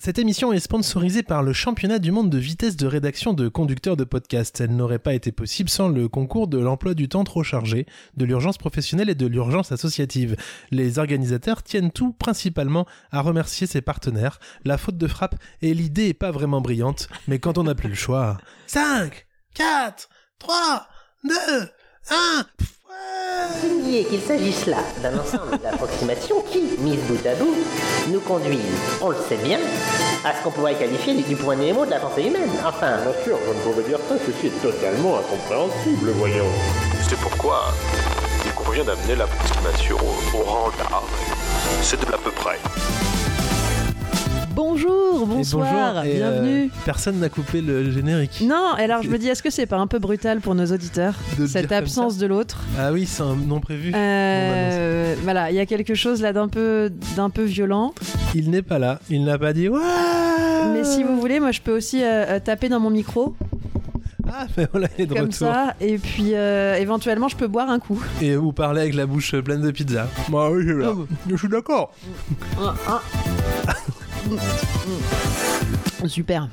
Cette émission est sponsorisée par le championnat du monde de vitesse de rédaction de conducteurs de podcast. Elle n'aurait pas été possible sans le concours de l'emploi du temps trop chargé, de l'urgence professionnelle et de l'urgence associative. Les organisateurs tiennent tout principalement à remercier ses partenaires. La faute de frappe et l'idée est pas vraiment brillante, mais quand on n'a plus le choix. 5, 4, 3, 2, 1. souligner qu'il s'agisse là d'un ensemble d'approximations qui, mises bout à bout, nous conduisent, on le sait bien, à ce qu'on pourrait qualifier du- du point némo de la pensée humaine. Enfin, Bien sûr, je ne pouvais dire ça, ceci est totalement incompréhensible, voyons. C'est pourquoi il convient d'amener l'approximation au, au rang d'art. C'est de l'à peu près. Bonjour, Et bonsoir, bonjour, et, euh, bienvenue. personne n'a coupé le générique. Non, alors je me dis, est-ce que c'est pas un peu brutal pour nos auditeurs De le dire cette comme absence de l'autre Ah oui, c'est un non prévu. Euh, Voilà, il y a quelque chose là d'un peu, d'un peu violent. Il n'est pas là. Il n'a pas dit. Ouah Mais si vous voulez, moi je peux aussi euh, euh, taper dans mon micro Ah, mais voilà, il est de comme retour. ça, et puis euh, éventuellement je peux boire un coup. Et vous parlez avec la bouche pleine de pizza. Bah oui, je suis là. Je suis d'accord. Un, un. Mm, mm. Super.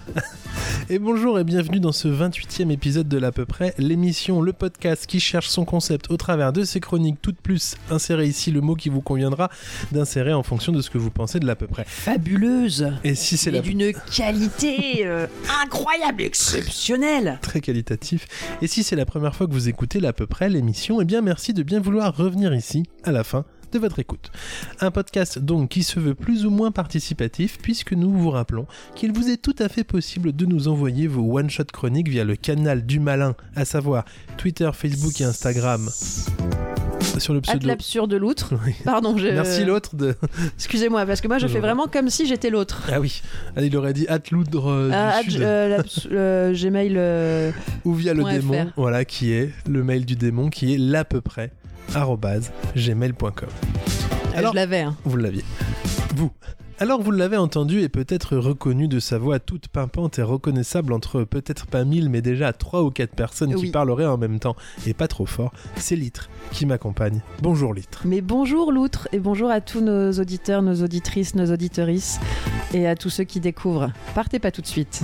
Et bonjour et bienvenue dans ce 28e épisode de l'à peu près, l'émission, le podcast qui cherche son concept au travers de ses chroniques toutes plus. Insérez ici le mot qui vous conviendra d'insérer en fonction de ce que vous pensez de l'à peu près. Fabuleuse. Et si c'est Et la d'une qualité euh, incroyable, exceptionnelle. très qualitatif. Et si c'est la première fois que vous écoutez l'à peu près l'émission, eh bien merci de bien vouloir revenir ici à la fin de votre écoute. Un podcast donc qui se veut plus ou moins participatif puisque nous vous rappelons qu'il vous est tout à fait possible de nous envoyer vos one-shot chroniques via le canal du malin, à savoir Twitter, Facebook et Instagram. Sur le At pseudo. l'absurde l'outre. Oui. Pardon, je... Merci l'autre de. Excusez-moi, parce que moi je fais vraiment comme si j'étais l'autre. Ah oui, il aurait dit at l'oudre euh, du Ah, Sud. ad- euh, l'abs- euh, Gmail. euh, ou via le .fr. démon, voilà, qui est le mail du démon, qui est l'à peu près arobase gmail.com. Alors- Je l'avais. hein. Vous l'aviez. Vous. Alors vous l'avez entendu et peut-être reconnu de sa voix toute pimpante et reconnaissable entre peut-être pas mille mais déjà trois ou quatre personnes qui Oui. parleraient en même temps et pas trop fort, c'est Litre qui m'accompagne. Bonjour Litre. Mais bonjour l'outre et bonjour à tous nos auditeurs, nos auditrices, nos auditorices et à tous ceux qui découvrent. Partez pas tout de suite.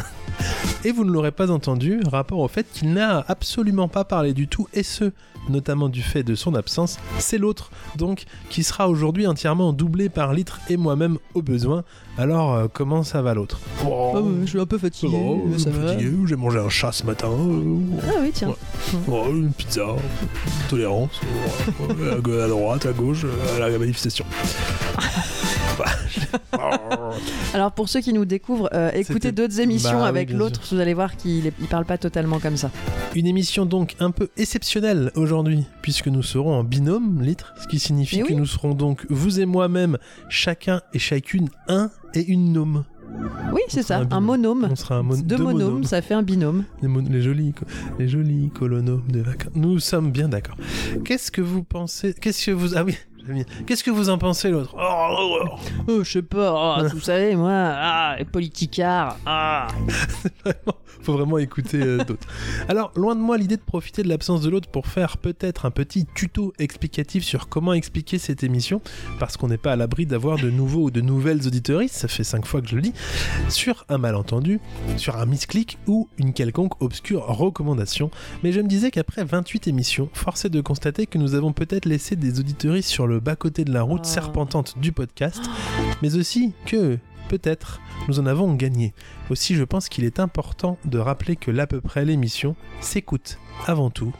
Et vous ne l'aurez pas entendu, rapport au fait qu'il n'a absolument pas parlé du tout, et ce, notamment du fait de son absence, c'est l'autre, donc, qui sera aujourd'hui entièrement doublé par Litre et moi-même au besoin. Alors, euh, comment ça va l'autre Oh, Oh. je suis un peu Ah, fatigué. Oh, j'ai mangé un chat ce matin, Oh, Ah oui, tiens. une pizza, tolérance, Oh, à droite, à gauche, à la manifestation. Bah, oh. Alors pour ceux qui nous découvrent, euh, C'était- écoutez d'autres émissions Bah oui, avec bien l'autre, vous allez voir qu'il est- il parle pas totalement comme ça. Une émission donc un peu exceptionnelle aujourd'hui, puisque nous serons en binôme, litre, ce qui signifie Eh que oui. nous serons donc, vous et moi-même, chacun et chacune, un et une gnome. Oui, c'est sera ça, un un binôme. monôme. On sera un mon- Deux monômes, ça fait un binôme. Les, mon- les jolis, co- les jolis colonomes de vacances. Nous sommes bien d'accord. Qu'est-ce que vous pensez Qu'est-ce que vous... Ah oui, j'avais mis- qu'est-ce que vous en pensez l'autre Oh, oh, oh. Oh, je sais pas, oh, vous savez, moi, ah, les politicards, ah. Vraiment, faut vraiment écouter euh, d'autres. Alors, loin de moi l'idée de profiter de l'absence de l'autre pour faire peut-être un petit tuto explicatif sur comment expliquer cette émission, parce qu'on n'est pas à l'abri d'avoir de nouveaux ou de nouvelles auditoristes, ça fait cinq fois que je le dis, sur un malentendu, sur un misclick ou une quelconque obscure recommandation. Mais je me disais qu'après 28 émissions, force est de constater que nous avons peut-être laissé des auditoristes sur le bas-côté de la route Ah. serpentante du podcast, mais aussi que, peut-être, nous en avons gagné. Aussi, je pense qu'il est important de rappeler que l'à peu près l'émission s'écoute avant tout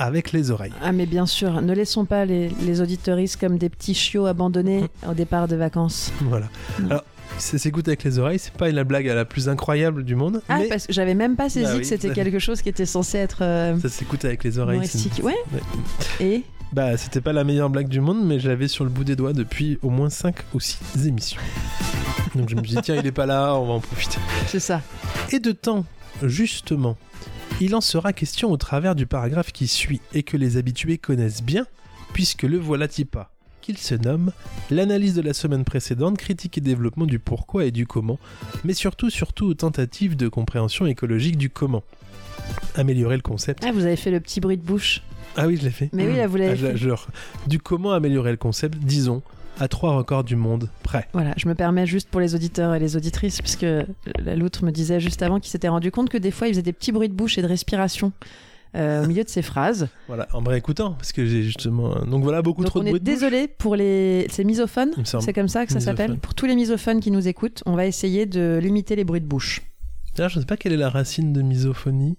avec les oreilles. Ah, mais bien sûr, ne laissons pas les, les auditeuristes comme des petits chiots abandonnés au départ de vacances. Voilà. Non. Alors, ça s'écoute avec les oreilles, c'est pas la blague la plus incroyable du monde, Ah, mais parce que j'avais même pas saisi Bah oui, que c'était ça- quelque chose qui était censé être euh, ça s'écoute avec les oreilles. c'est- humoristique. Ouais. Ouais. Et Bah, c'était pas la meilleure blague du monde, mais je l'avais sur le bout des doigts depuis au moins 5 ou 6 émissions. Donc je me dis, tiens, il est pas là, on va en profiter. c'est ça. Et de temps, justement, il en sera question au travers du paragraphe qui suit et que les habitués connaissent bien, puisque le voilà pas, qu'il se nomme L'analyse de la semaine précédente, critique et développement du pourquoi et du comment, mais surtout, surtout, tentative de compréhension écologique du comment. Améliorer le concept. Ah, vous avez fait le petit bruit de bouche. Ah oui, je l'ai fait. Mais oui, là, vous l'avez Ah, je- fait. je le re- Du comment améliorer le concept, disons, à trois records du monde près. Voilà, je me permets juste pour les auditeurs et les auditrices, puisque la loutre me disait juste avant qu'il s'était rendu compte que des fois il faisait des petits bruits de bouche et de respiration euh, au milieu de ses phrases. Voilà, en vrai écoutant, parce que j'ai justement. Donc voilà, beaucoup Donc trop on de est bruit de bouche. désolé pour les. C'est misophones, Il me semble. c'est comme ça que ça s'appelle. Misophones. Pour tous les misophones qui nous écoutent, on va essayer de limiter les bruits de bouche. D'ailleurs, je ne sais pas quelle est la racine de misophonie.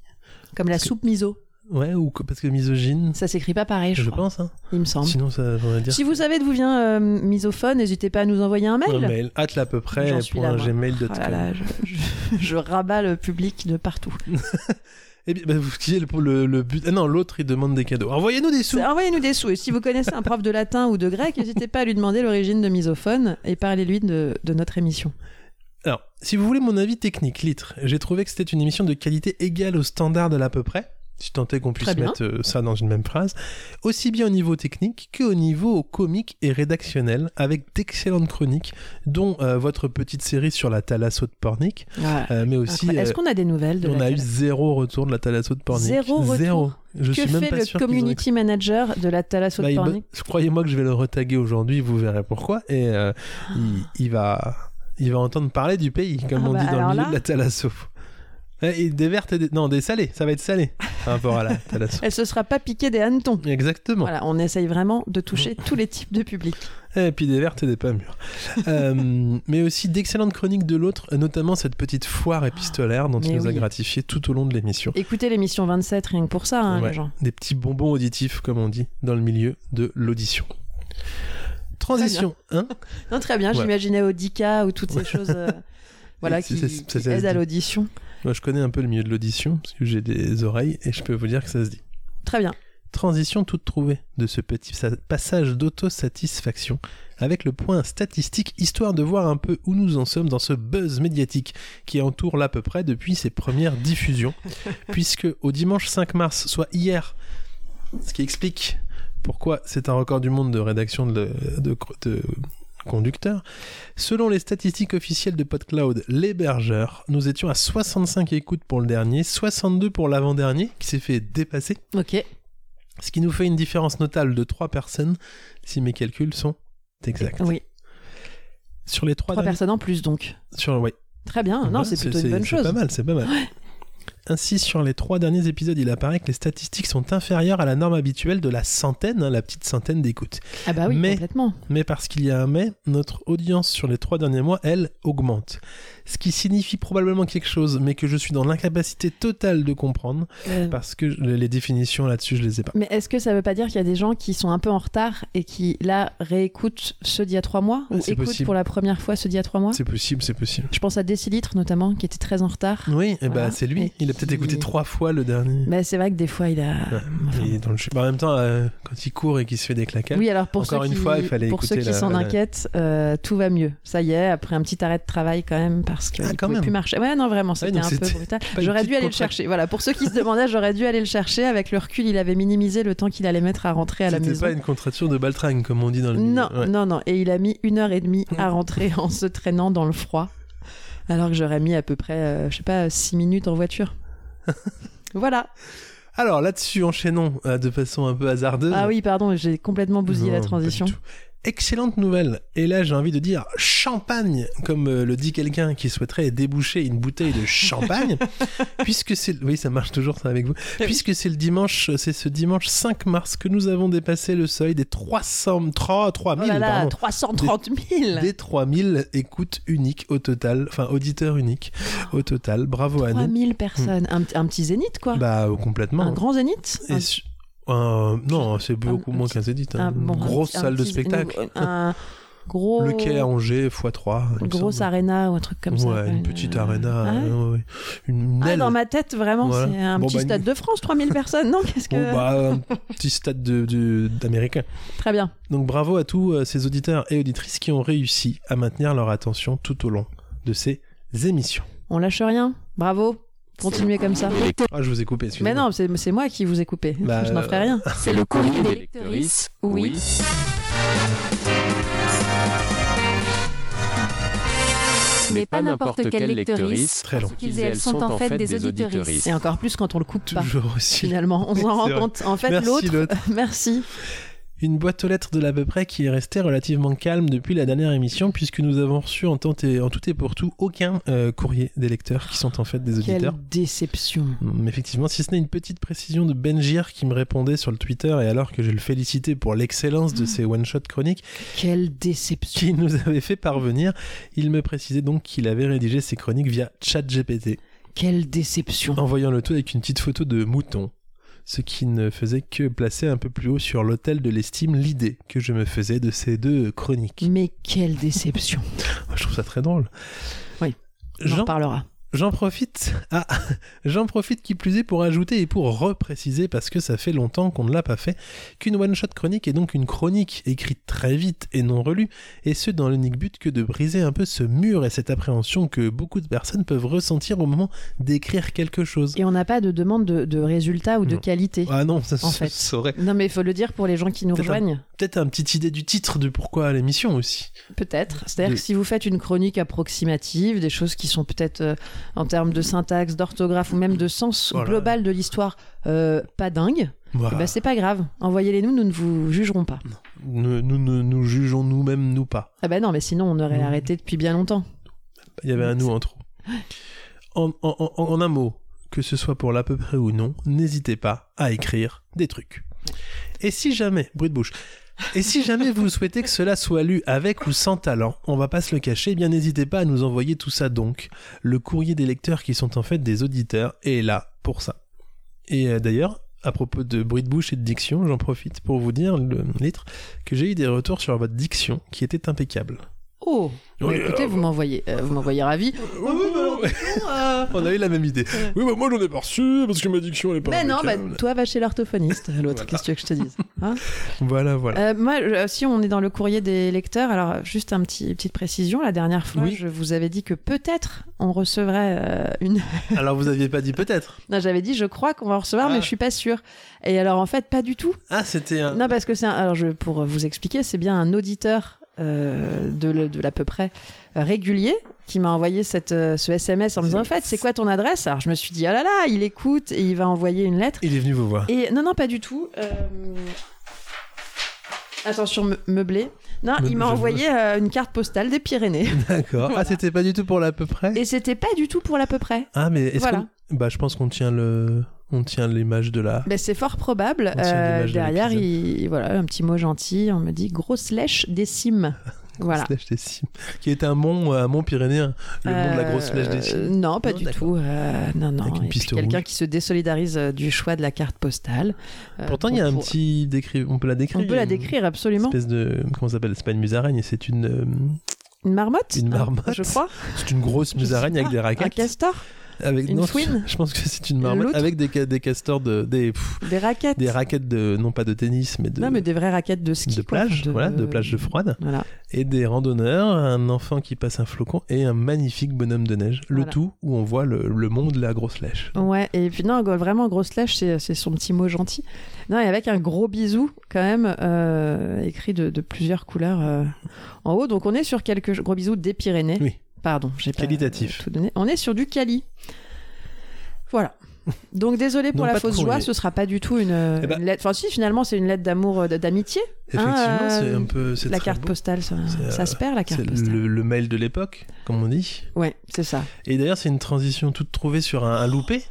Comme la Parce que- soupe miso. Ouais, ou que- parce que misogyne, Ça s'écrit pas pareil, je, je crois, pense. Hein. il me semble. Sinon, ça voudrait dire. Si vous savez d'où vient euh, misophone, n'hésitez pas à nous envoyer un mail. Un mail, at à peu près, J'en suis point là, moi. gmail.com. Oh là là, je, je- je rabats le public de partout. Eh bien, bah, vous qui est le, le, le but. Ah non, l'autre, il demande des cadeaux. Envoyez-nous des sous C'est- Envoyez-nous des sous. Et si vous connaissez un prof de latin ou de grec, n'hésitez pas à lui demander l'origine de misophone et parlez-lui de, de notre émission. Alors, si vous voulez mon avis technique, Litre, j'ai trouvé que c'était une émission de qualité égale au standard de l'à peu près, si tant est qu'on puisse Très bien. mettre euh, ça dans une même phrase, aussi bien au niveau technique qu'au niveau comique et rédactionnel, avec d'excellentes chroniques, dont euh, votre petite série sur la thalasso de Pornic, Voilà. euh, mais aussi... Après, Ah, Est-ce euh, qu'on a des nouvelles de on la a eu zéro retour de la thalasso de Pornic. Zéro retour. Je Que suis même fait pas sûr le qu'ils ont community manager de la Thalasso Bah, de il me- Pornic Croyez-moi que je vais le retaguer aujourd'hui, vous verrez pourquoi. Et euh, il, il va, il va entendre parler du pays, comme Ah on bah dit dans le alors milieu là- de la thalasso. Eh, Et des vertes et des... Non, des salés, ça va être salé par rapport à la thalasso. Elle se sera pas piquée des hannetons. Exactement. Voilà, on essaye vraiment de toucher tous les types de public. Et Eh, puis des vertes et des pas mûres. Euh, mais aussi d'excellentes chroniques de l'autre, notamment cette petite foire épistolaire dont il Mais nous a oui. gratifié tout au long de l'émission. Écoutez l'émission 27 rien que pour ça, hein, Ouais. les gens. Des petits bonbons auditifs, comme on dit, dans le milieu de l'audition. Transition hein. 1. Non, très bien, Ouais. j'imaginais Audica ou toutes ces choses euh, voilà, C'est- qui, c'est- c'est- qui ça se aident à dit. l'audition. Moi, je connais un peu le milieu de l'audition, parce que j'ai des oreilles, et je peux vous dire que ça se dit. Très bien. Transition toute trouvée de ce petit sa- passage d'autosatisfaction, avec le point statistique, histoire de voir un peu où nous en sommes dans ce buzz médiatique qui entoure l'à peu près depuis ses premières diffusions, puisque au dimanche 5 mars, soit hier, ce qui explique pourquoi c'est un record du monde de rédaction de, de- de conducteurs, selon les statistiques officielles de PodCloud, l'hébergeur, nous étions à 65 écoutes pour le dernier, 62 pour l'avant-dernier, qui s'est fait dépasser. Ok. Ce qui nous fait une différence notable de 3 personnes, si mes calculs sont exacts. Oui. Sur les 3 Trois personnes en plus, donc. Sur, ouais. Très bien. Non, Ouais, c'est plutôt une bonne C'est chose. pas mal, c'est pas mal. Ainsi, sur les trois derniers épisodes, il apparaît que les statistiques sont inférieures à la norme habituelle de la centaine, hein, la petite centaine d'écoutes. Ah bah oui, Mais- complètement. Mais parce qu'il y a un mais, notre audience sur les trois derniers mois, elle, augmente. Ce qui signifie probablement quelque chose, mais que je suis dans l'incapacité totale de comprendre, Euh, parce que je- les définitions là-dessus, je les ai pas. Mais est-ce que ça veut pas dire qu'il y a des gens qui sont un peu en retard et qui, là, réécoutent ceux d'il y a trois mois ou C'est écoutent possible. pour la première fois ceux d'il y a trois mois C'est possible, c'est possible. Je pense à Décilitre, notamment, qui était très en retard. Oui, et Voilà. bah, c'est lui. Et Bah, Il a peut-être qui- écouté trois fois le dernier. Mais c'est vrai que des fois, il a... Ouais, Enfin, il est dans le jeu. Bah, en même temps, euh, quand il court et qu'il se fait des claquages. Oui, alors pour Encore ceux une qui, fois, il fallait pour ceux écouter qui la- s'en la- inquiètent, euh, tout va mieux. Ça y est, après un petit arrêt de travail quand même parce que Ah, il quand pouvait même. Ah plus marcher. Ouais, non vraiment, c'était donc un peu c'était brutal. pas une J'aurais petite dû aller le contraction. chercher. Voilà, pour ceux qui se demandaient, j'aurais dû aller le chercher. Avec le recul, il avait minimisé le temps qu'il allait mettre à rentrer à la C'était maison. pas une contraction de baltringue, comme on dit dans le milieu. Non, Ouais. non, non. Et il a mis une heure et demie à rentrer en se traînant dans le froid, alors que j'aurais mis à peu près, euh, je sais pas, six minutes en voiture. voilà. Alors là-dessus, enchaînons euh, de façon un peu hasardeuse. Ah oui, pardon, j'ai complètement bousillé Euh. Non, la pas du transition. tout. Excellente nouvelle. Et là, j'ai envie de dire champagne, comme euh, le dit quelqu'un qui souhaiterait déboucher une bouteille de champagne, puisque c'est oui, ça marche toujours ça avec vous. Puisque c'est le dimanche, c'est ce dimanche 5 mars que nous avons dépassé le seuil des 300 3 Oh 3000 là là, pardon. 330 000 des 3000 écoutes uniques au total, enfin auditeurs uniques au total. Bravo à nous. 3000 personnes. Un, p- un petit zénith, quoi. Hum. Bah euh, complètement. un grand zénith Et Un- su- un- non, c'est beaucoup un moins petit- qu'un zénith. hein. un- bon, Une un grosse petit- un salle de petit- spectacle. une- un gros. Le quai à Angers x3. une grosse aréna ou un truc comme ouais, ça. quoi. une petite aréna. Ah ouais. euh, ouais, ouais. Une Ah, aile. dans ma tête, vraiment, Voilà. c'est un Bon, petit bah, stade de France, 3000 personnes, non Qu'est-ce que. Bon, bah, un petit stade de- de- d'américains. Très bien. Donc bravo à tous euh, ces auditeurs et auditrices qui ont réussi à maintenir leur attention tout au long de ces émissions. On lâche rien. Bravo. Continuez comme ça. Ah, je vous ai coupé, excusez-moi. Mais non, c'est c'est moi qui vous ai coupé. Bah, Je n'en ferai rien. C'est le courrier des lectrices. Oui. Mais pas n'importe quelle lectrice. Très long. parce qu'ils et elles sont en fait des auditrices. Et encore plus quand on le coupe pas, Toujours aussi. finalement. On Oui, s'en c'est rend vrai. compte. En fait, Merci l'autre. l'autre. Merci. Une boîte aux lettres de l'à peu près qui est restée relativement calme depuis la dernière émission, puisque nous avons reçu en, tant et- en tout et pour tout aucun euh, courrier des lecteurs qui sont en fait des auditeurs. Quelle déception. Mm, Effectivement, si ce n'est une petite précision de Benjir qui me répondait sur le Twitter, et alors que je le félicitais pour l'excellence de ses one-shot chroniques, Quelle déception. qui nous avait fait parvenir, il me précisait donc qu'il avait rédigé ses chroniques via ChatGPT, Quelle déception. en voyant le tout avec une petite photo de mouton. Ce qui ne faisait que placer un peu plus haut sur l'autel de l'estime l'idée que je me faisais de ces deux chroniques. Mais quelle déception. Je trouve ça très drôle. Oui. On en J'en parlera. J'en profite, ah, j'en profite qui plus est pour ajouter et pour repréciser parce que ça fait longtemps qu'on ne l'a pas fait, qu'une one-shot chronique est donc une chronique écrite très vite et non relue, et ce dans l'unique but que de briser un peu ce mur et cette appréhension que beaucoup de personnes peuvent ressentir au moment d'écrire quelque chose. Et on n'a pas de demande de, de résultat ou de Non. qualité. Ah non, ça, En ça fait. serait Non, mais il faut le dire pour les gens qui nous Peut-être un- rejoignent. peut-être un petit idée du titre de pourquoi à l'émission aussi. Peut-être. C'est-à-dire Oui. que si vous faites une chronique approximative, des choses qui sont peut-être euh, en termes de syntaxe, d'orthographe ou même de sens Voilà. global de l'histoire euh, pas dingue, Voilà. eh ben, c'est pas grave. Envoyez-les nous, nous ne vous jugerons pas. nous, nous, nous- nous jugeons nous-mêmes, nous pas. Ah bah non, mais sinon on aurait Non. arrêté depuis bien longtemps. Il y avait un nous en trop. En, en- en- en un mot, que ce soit pour l'à peu près ou non, n'hésitez pas à écrire des trucs. Et si jamais, bruit de bouche, et si jamais vous souhaitez que cela soit lu avec ou sans talent, on va pas se le cacher, eh bien n'hésitez pas à nous envoyer tout ça donc, le courrier des lecteurs qui sont en fait des auditeurs est là pour ça. Et euh, d'ailleurs, à propos de bruit de bouche et de diction, j'en profite pour vous dire, le litre, que j'ai eu des retours sur votre diction qui était impeccable. Oh Oui, Écoutez, vous m'envoyez, euh, vous m'envoyez ravi. Ah bah On a eu la même idée. Oui, bah moi j'en ai pas reçu parce que ma diction elle est pas. Ben non, bah, impeccable. toi va chez l'orthophoniste, l'autre, Voilà. qu'est-ce que tu veux que je te dise Hein Voilà, voilà. Euh, moi, je- si on est dans le courrier des lecteurs, alors juste un petit petite précision. La dernière fois, Oui. je vous avais dit que peut-être on recevrait euh, une. Alors vous aviez pas dit peut-être. Non, j'avais dit je crois qu'on va en recevoir, Ah. mais je suis pas sûre. Et alors en fait, pas du tout. Ah, c'était un. Non, parce que c'est un- alors je, pour vous expliquer, c'est bien un auditeur euh, de, le- de l'à peu près euh, régulier qui m'a envoyé cette, euh, ce SMS en me disant en fait, c'est quoi ton adresse Alors je me suis dit ah là là, il écoute et il va envoyer une lettre. Il est venu vous voir. Et non, non, pas du tout. Euh, Attention, me- meublé. Non, Meublé, il m'a je- envoyé euh, une carte postale des Pyrénées. D'accord. Ah, c'était pas du tout pour l'à peu près. Et c'était pas du tout pour l'à peu près. Ah, mais est-ce Voilà. qu'on- Bah, je pense qu'on tient le, on tient l'image de la. Mais Ben, c'est fort probable. On tient Euh, l'image de derrière, l'épisode. il, voilà, un petit mot gentil. On me dit grosse lèche des cimes. Voilà. Flèche des cimes, qui est un mont, euh, un mont pyrénéen, le mont de la grosse flèche des Euh, cimes. Non, pas Non, du d'accord. tout. Euh, non, non. Avec une Et puis piste Quelqu'un rouge. qui se désolidarise euh, du choix de la carte postale. Euh, Pourtant, il y a un pour- petit euh, décrit, on peut la décrire. On peut la décrire absolument. Une espèce de, comment ça s'appelle C'est pas une musaraigne, c'est une, euh, Une marmotte Une hein, marmotte. Je crois. c'est une grosse Je sais musaraigne avec pas. des Un raquettes. castor Avec, Une non, fouine je, je pense que c'est une marmotte L'autre avec des, ca- des castors de des pff, Des raquettes des raquettes de non pas de tennis mais de Non, mais des vraies raquettes de euh, ski. de quoi. plage, voilà, de plage de froide Voilà. et des randonneurs, un enfant qui passe un flocon et un magnifique bonhomme de neige. Le Voilà. tout où on voit le, le monde de la grosse lèche. Ouais, et puis non, go- vraiment, grosse lèche, c'est c'est son petit mot gentil. Non, et avec un gros bisou, quand même, euh, écrit de, de plusieurs couleurs euh, en haut. Donc on est sur quelques gros bisous des Pyrénées. Oui. Pardon, j'ai pas Qualitatif. euh, tout donné. On est sur du Cali. Voilà. Donc désolé pour Non, pas la de fausse courrier. joie, ce sera pas du tout une, Eh ben- une lettre. Enfin, si, finalement, c'est une lettre d'amour, euh, d- d'amitié. Effectivement, Ah, euh, c'est un peu c'est La très carte beau. postale, ça, C'est, ça euh, se perd, la carte C'est postale. le, le mail de l'époque, comme on dit. Ouais, c'est ça. Et d'ailleurs, c'est une transition toute trouvée sur un, un loupé.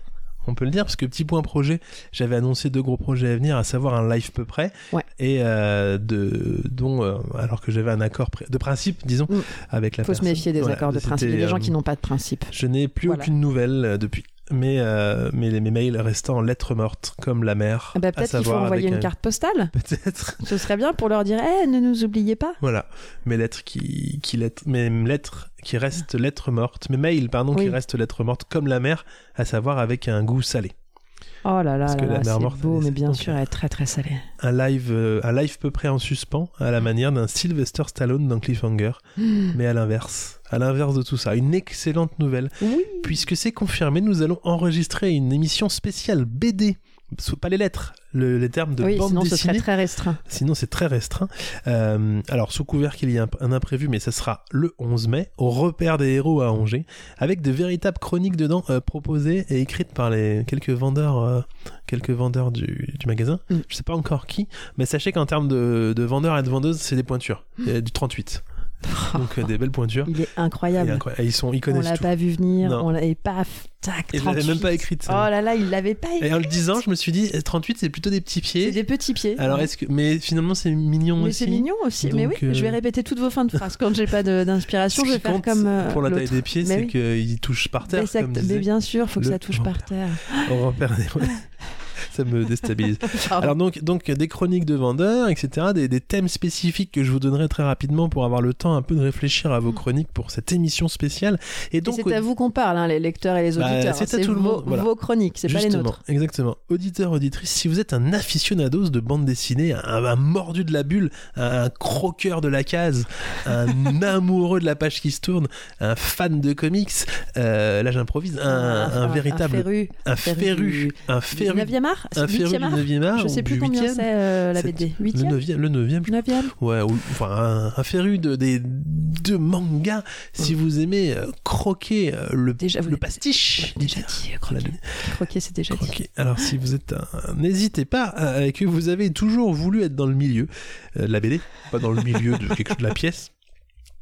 On peut le dire, parce que petit point projet, j'avais annoncé deux gros projets à venir, à savoir un live peu près, Ouais. et euh, de, dont, euh, alors que j'avais un accord pri- de principe, disons, Mm. avec la Faut se personne. méfier des Voilà, accords de principe. Il y a Eh ben, c'était, des gens euh, qui n'ont pas de principe. Je n'ai plus Voilà. aucune nouvelle euh, depuis, mais, euh, mais les- mes mails restent en lettres mortes, comme la mer. Ah bah, à peut-être qu'il faut savoir envoyer avec une un- carte postale. Peut-être. Ce serait bien pour leur dire Eh, ne nous oubliez pas. Voilà, mes lettres qui, qui lettres, mes lettres qui restent lettres mortes, mes mails pardon qui Oui. restent lettres mortes comme la mer, à savoir avec un goût salé. Oh là là, Parce que là la là, mer morte, c'est beau, elle est- mais bien donc- sûr, elle est très très salée. Un live, euh, un live peu près en suspens à la manière d'un Sylvester Stallone dans Cliffhanger, mais à l'inverse, à l'inverse de tout ça. Une excellente nouvelle Oui. Puisque c'est confirmé, nous allons enregistrer une émission spéciale BD pas les lettres, le- les termes de oui, bande sinon ce dessinée. serait très restreint. Sinon, c'est très restreint. Euh, alors, sous couvert qu'il y ait un, un imprévu, mais ça sera le 11 mai, au repère des héros à Angers, avec de véritables chroniques dedans euh, proposées et écrites par les quelques vendeurs, euh, quelques vendeurs du, du magasin. Mm. Je sais pas encore qui, mais sachez qu'en termes de, de vendeurs et de vendeuses, c'est des pointures. Il y a du 38. Donc, euh, des belles pointures. Il est Et incroyable. incroyable. Et ils, sont, ils On connaissent l'a tout. pas vu venir, Non. on l'a et paf, tac, Et je l'avais 38. même pas écrite. Oh celle-là. là là, il l'avait pas écrit. Et en le disant, je me suis dit, eh, 38, c'est plutôt des petits C'est pieds. des petits pieds. Alors, est-ce que. Mais finalement, c'est mignon mais aussi. c'est mignon aussi. mais oui, Donc, euh, je vais répéter toutes vos fins de phrase. Quand j'ai pas de- d'inspiration, Ce je vais qui faire compte comme euh, pour la taille l'autre. des pieds, Mais c'est oui. qu'ils touchent par terre. Mais, ça- comme mais disait bien sûr, faut que le ça touche par terre. Aurore Pernet. ça me déstabilise. Pardon. Alors donc, donc des chroniques de vendeurs, etc. Des, des thèmes spécifiques que je vous donnerai très rapidement pour avoir le temps un peu de réfléchir à vos chroniques pour cette émission spéciale. Et Mm. Et donc c'est à vous qu'on parle, hein, les lecteurs et les Bah, auditeurs. c'est à hein. tout le vos, monde, voilà. vos chroniques, c'est pas les Justement, nôtres. Exactement. Auditeur, auditrice, si vous êtes un aficionados de bande dessinée, un, un mordu de la bulle, un croqueur de la case, un amoureux de la page qui se tourne, un fan de comics, euh, là j'improvise, un, un véritable, Ah, féru. un féru féru, du- un Du féru, 9e art C'est un le féru du 8e art 9e art, Je ou du sais plus combien 8e. c'est euh, la Sept- BD. Le 8e 9e, le 9e, je 9e Ouais, ou- enfin un, un féru de, des de manga. Si vous aimez euh, croquer euh, le, Hum. Déjà, vous le l'avez- pastiche, Déjà dit, Oh là là. croquer. Croquer, c'est déjà dit. Croquer. Alors si vous êtes un... N'hésitez pas, euh, et que vous avez toujours voulu être dans le milieu euh, de la BD, pas dans le milieu de, quelque... de la pièce.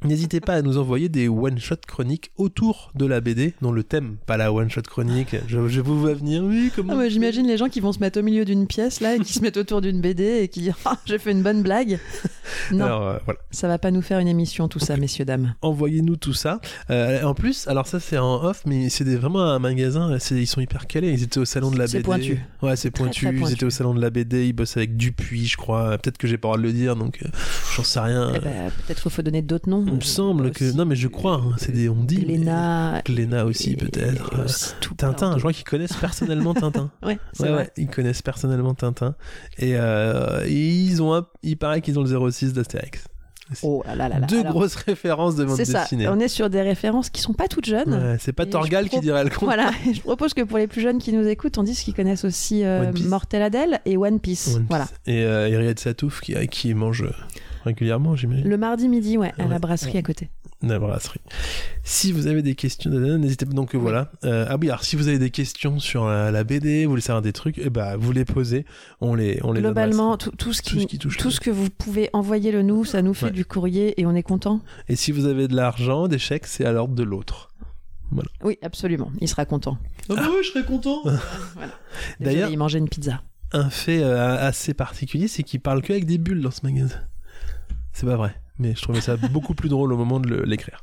N'hésitez pas à nous envoyer des one-shot chroniques autour de la BD, dont le thème, pas la one-shot chronique. Je, je vous vois venir, oui, comment... Ah, moi, J'imagine les gens qui vont se mettre au milieu d'une pièce là et qui se mettent autour d'une BD et qui disent Ah, j'ai fait une bonne blague. Non, Alors, euh, voilà. ça va pas nous faire une émission tout ça, messieurs dames. envoyez-nous tout ça. Euh, en plus, alors ça c'est en off, mais c'est des- vraiment un magasin, c'est- ils sont hyper calés, ils étaient au salon de la C'est BD. pointu. Ouais, c'est Très, pointu. très pointu. ils étaient au salon de la BD, ils bossent avec Dupuis, je crois. Peut-être que j'ai pas le droit de le dire, donc euh, j'en sais rien. Eh ben, Peut-être faut donner d'autres noms. Euh, Il me semble que... Non mais je crois, hein, c'est des on dit. mais- Léna. Glénat aussi et- peut-être. et aussi tout- Tintin, je pardon. crois qu'ils connaissent personnellement Tintin. euh, Ouais, c'est Ouais, vrai. ouais, ils connaissent personnellement Tintin. Et euh, ils ont un... il paraît qu'ils ont le 06 d'Astérix. Oh là là là là. Deux Alors, grosses références de bande C'est ça. dessinée. On est sur des références qui sont pas toutes jeunes. Ouais, c'est pas Et je Torgal qui trouve- dirait le con. Voilà, et je propose que pour les plus jeunes qui nous écoutent, on dise qu'ils connaissent aussi euh, One Piece. Mortel Adèle et One Piece. One Piece. Voilà. Et euh, et Riyad Satouf qui, qui mange euh, régulièrement, j'imagine, Le mardi midi, ouais, à Ouais. la brasserie à côté. la brasserie. Si vous avez des questions, nanana, n'hésitez pas. Donc voilà. Euh, ah oui, alors si vous avez des questions sur la, la BD, vous voulez savoir des trucs, eh bah, vous les posez. On les, on les Globalement, adresse. tout, tout ce qui, tout ce qui touche. tout ce que vous pouvez envoyer le nous, ça nous fait Ouais. du courrier et on est content. Et si vous avez de l'argent, des chèques, c'est à l'ordre de l'autre. Oui, absolument, il sera content. Ah je serais content. Désolé, D'ailleurs- il mangeait une pizza. Un fait euh, assez particulier, c'est qu'il parle que avec des bulles dans ce magasin. C'est pas vrai, mais je trouvais ça beaucoup plus drôle au moment de le- l'écrire.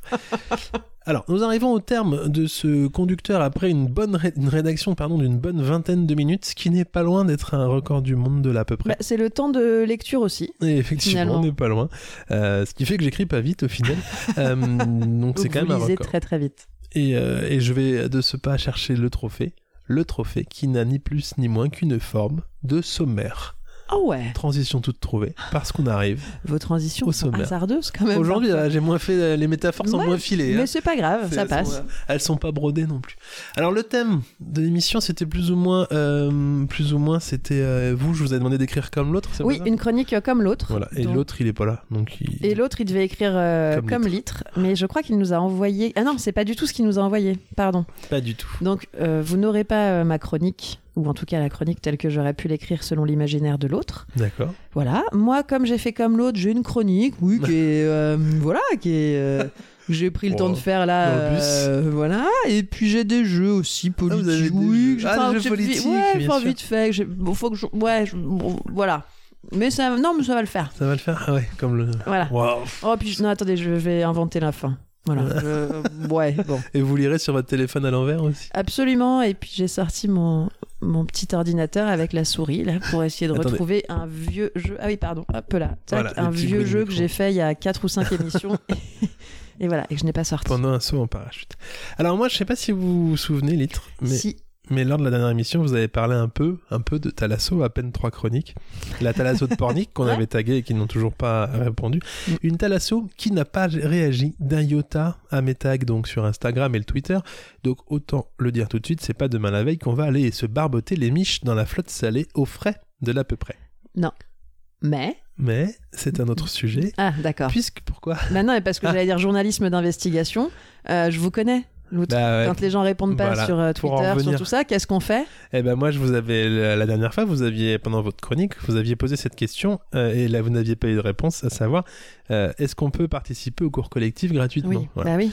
Alors, nous arrivons au terme de ce conducteur après une bonne ré- une rédaction pardon d'une bonne vingtaine de minutes, ce qui n'est pas loin d'être un record du monde de l'à peu près. Bah, c'est le temps de lecture aussi. Et effectivement, Bah, finalement. on n'est pas loin. Euh, ce qui fait que j'écris pas vite au final. Euh, donc c'est Vous quand même un lisez record. très très vite. Et, euh, et je vais de ce pas chercher le trophée, le trophée qui n'a ni plus ni moins qu'une forme de sommaire. Oh ouais, Transition toute trouvée, parce qu'on arrive. vos transitions Au sont sommaire. hasardeuses quand même. Aujourd'hui, parfois. là, j'ai moins fait euh, les métaphores sont Ouais, moins filées. Mais hein. c'est pas grave, C'est- ça elles passe. sont, euh, elles sont pas brodées non plus. Alors le thème de l'émission, c'était plus ou moins, euh, plus ou moins, c'était euh, vous. Je vous ai demandé d'écrire comme l'autre. c'est Oui, pas ça une chronique comme l'autre. Voilà. Et Donc- l'autre, il est pas là, donc. Il... Et l'autre, il devait écrire euh, Comme comme, litre. mais je crois qu'il nous a envoyé. Ah non, c'est pas du tout ce qu'il nous a envoyé, pardon. Pas du tout. Donc, euh, vous n'aurez pas euh, ma chronique, ou en tout cas la chronique telle que j'aurais pu l'écrire selon l'imaginaire de l'autre. D'accord. Voilà. Moi, comme j'ai fait comme l'autre, j'ai une chronique, oui, qui est. euh, voilà, qui est. euh, que j'ai pris le Oh, temps de faire là, dans le bus. Ah, euh, voilà. Et puis j'ai des jeux aussi avez des politiques. jeux. oui, que j'ai- Ah, des enfin, jeux j'ai- politiques, ouais, bien enfin, sûr. vite fait. que j'ai- bon, faut que je, ouais, je- bon, voilà. Mais ça, non, mais ça va le faire. Ça va le faire. Ah ouais, comme le. Voilà. Waouh. Oh, puis je- non, attendez, je vais inventer la fin. Voilà. Je- euh, ouais, bon. Et vous lirez sur votre téléphone à l'envers aussi. Absolument. Et puis j'ai sorti mon, mon petit ordinateur avec la souris là, pour essayer de Attendez. retrouver un vieux jeu. Ah oui, pardon. Hop là. Tac, Voilà, un le petit vieux bruit du jeu que micro. j'ai fait il y a 4 ou 5 émissions. et voilà, et que je n'ai pas sorti. Pendant un saut en parachute. Alors moi, je sais pas si vous vous souvenez, Litre, mais Si. mais lors de la dernière émission, vous avez parlé un peu, un peu de Thalasso, à peine trois chroniques. La Thalasso de Pornic qu'on avait taguée et qui n'ont toujours pas répondu. Une Thalasso qui n'a pas réagi d'un iota à mes tags donc sur Instagram et le Twitter. Donc autant le dire tout de suite, c'est pas demain la veille qu'on va aller se barboter les miches dans la flotte salée au frais de l'à peu près. Mais. Mais c'est un autre sujet. Ah, d'accord. Puisque pourquoi Bah non, mais parce que Ah. j'allais dire journalisme d'investigation, euh, je vous connais. l'outre. Bah ouais. Quand les gens répondent pas Voilà. sur euh, Pour en Twitter, sur revenir. tout ça, qu'est-ce qu'on fait Eh ben moi, je vous avais la la dernière fois, vous aviez pendant votre chronique, vous aviez posé cette question euh, et là vous n'aviez pas eu de réponse, à savoir euh, est-ce qu'on peut participer au cours collectif gratuitement Oui, Voilà. bah oui.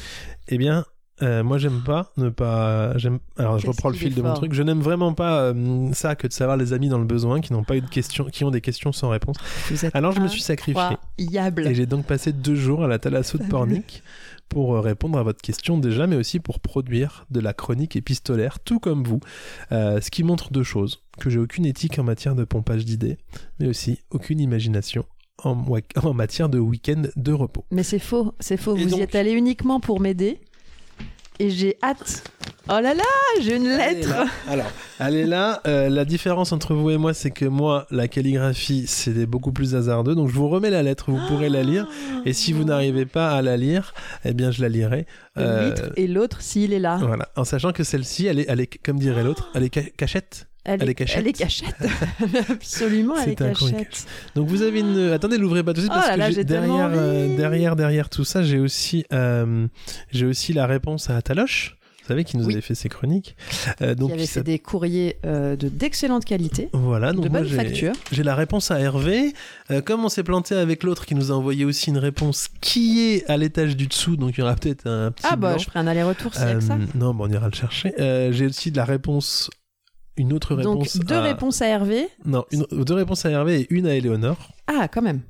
Eh bien, euh, moi j'aime pas ne pas. J'aime. Alors je Qu'est-ce reprends le qu'il fil est de mon fort. truc. Je n'aime vraiment pas euh, ça que de savoir les amis dans le besoin qui n'ont pas eu de questions, qui ont des questions sans réponse. Vous êtes Alors Ah je me suis sacrifié incroyable. et j'ai donc passé deux jours à la Thalasso de Pornic pour euh, répondre à votre question déjà, mais aussi pour produire de la chronique épistolaire, tout comme vous. Euh, ce qui montre deux choses que j'ai aucune éthique en matière de pompage d'idées, mais aussi aucune imagination en, moi- en matière de week-end de repos. Mais c'est faux, c'est faux. Et vous donc- y êtes allé uniquement pour m'aider. Et j'ai hâte. Oh là là, j'ai une Elle est lettre. là. Alors, elle est là. Euh, la différence entre vous et moi, c'est que moi, la calligraphie, c'est des- beaucoup plus hasardeux. Donc, je vous remets la lettre, vous pourrez la lire. Et si vous n'arrivez pas à la lire, eh bien, je la lirai. Euh, L'huître Et l'autre, s'il est là. Voilà. En sachant que celle-ci, elle est, elle est, comme dirait l'autre, elle est ca- cachette. elle est cachette. Elle est cachette. Absolument, elle C'est est un coin cachette. Donc, vous avez une. euh, Attendez, l'ouvrez pas tout de suite Oh parce là là, que j'ai- j'ai tellement derrière, euh, envie. derrière, derrière tout ça, j'ai aussi, euh, j'ai aussi la réponse à Taloche. Vous savez qui nous Oui. avait fait ses chroniques. Euh, donc, Il y avait qui fait s'appelle- des courriers euh, de d'excellente qualité, Voilà, donc de Ah moi bonne j'ai- facture. J'ai la réponse à Hervé. Euh, comme on s'est planté avec l'autre qui nous a envoyé aussi une réponse qui est à l'étage du dessous, donc il y aura peut-être un petit. Ah bah, blanc. je ferai un aller-retour si avec ça. Euh, Non, bah, on ira le chercher. Euh, J'ai aussi de la réponse. Une autre Donc, réponse. deux à... réponses à Hervé. Non, une- deux réponses à Hervé et une à Éléonore. Ah, quand même.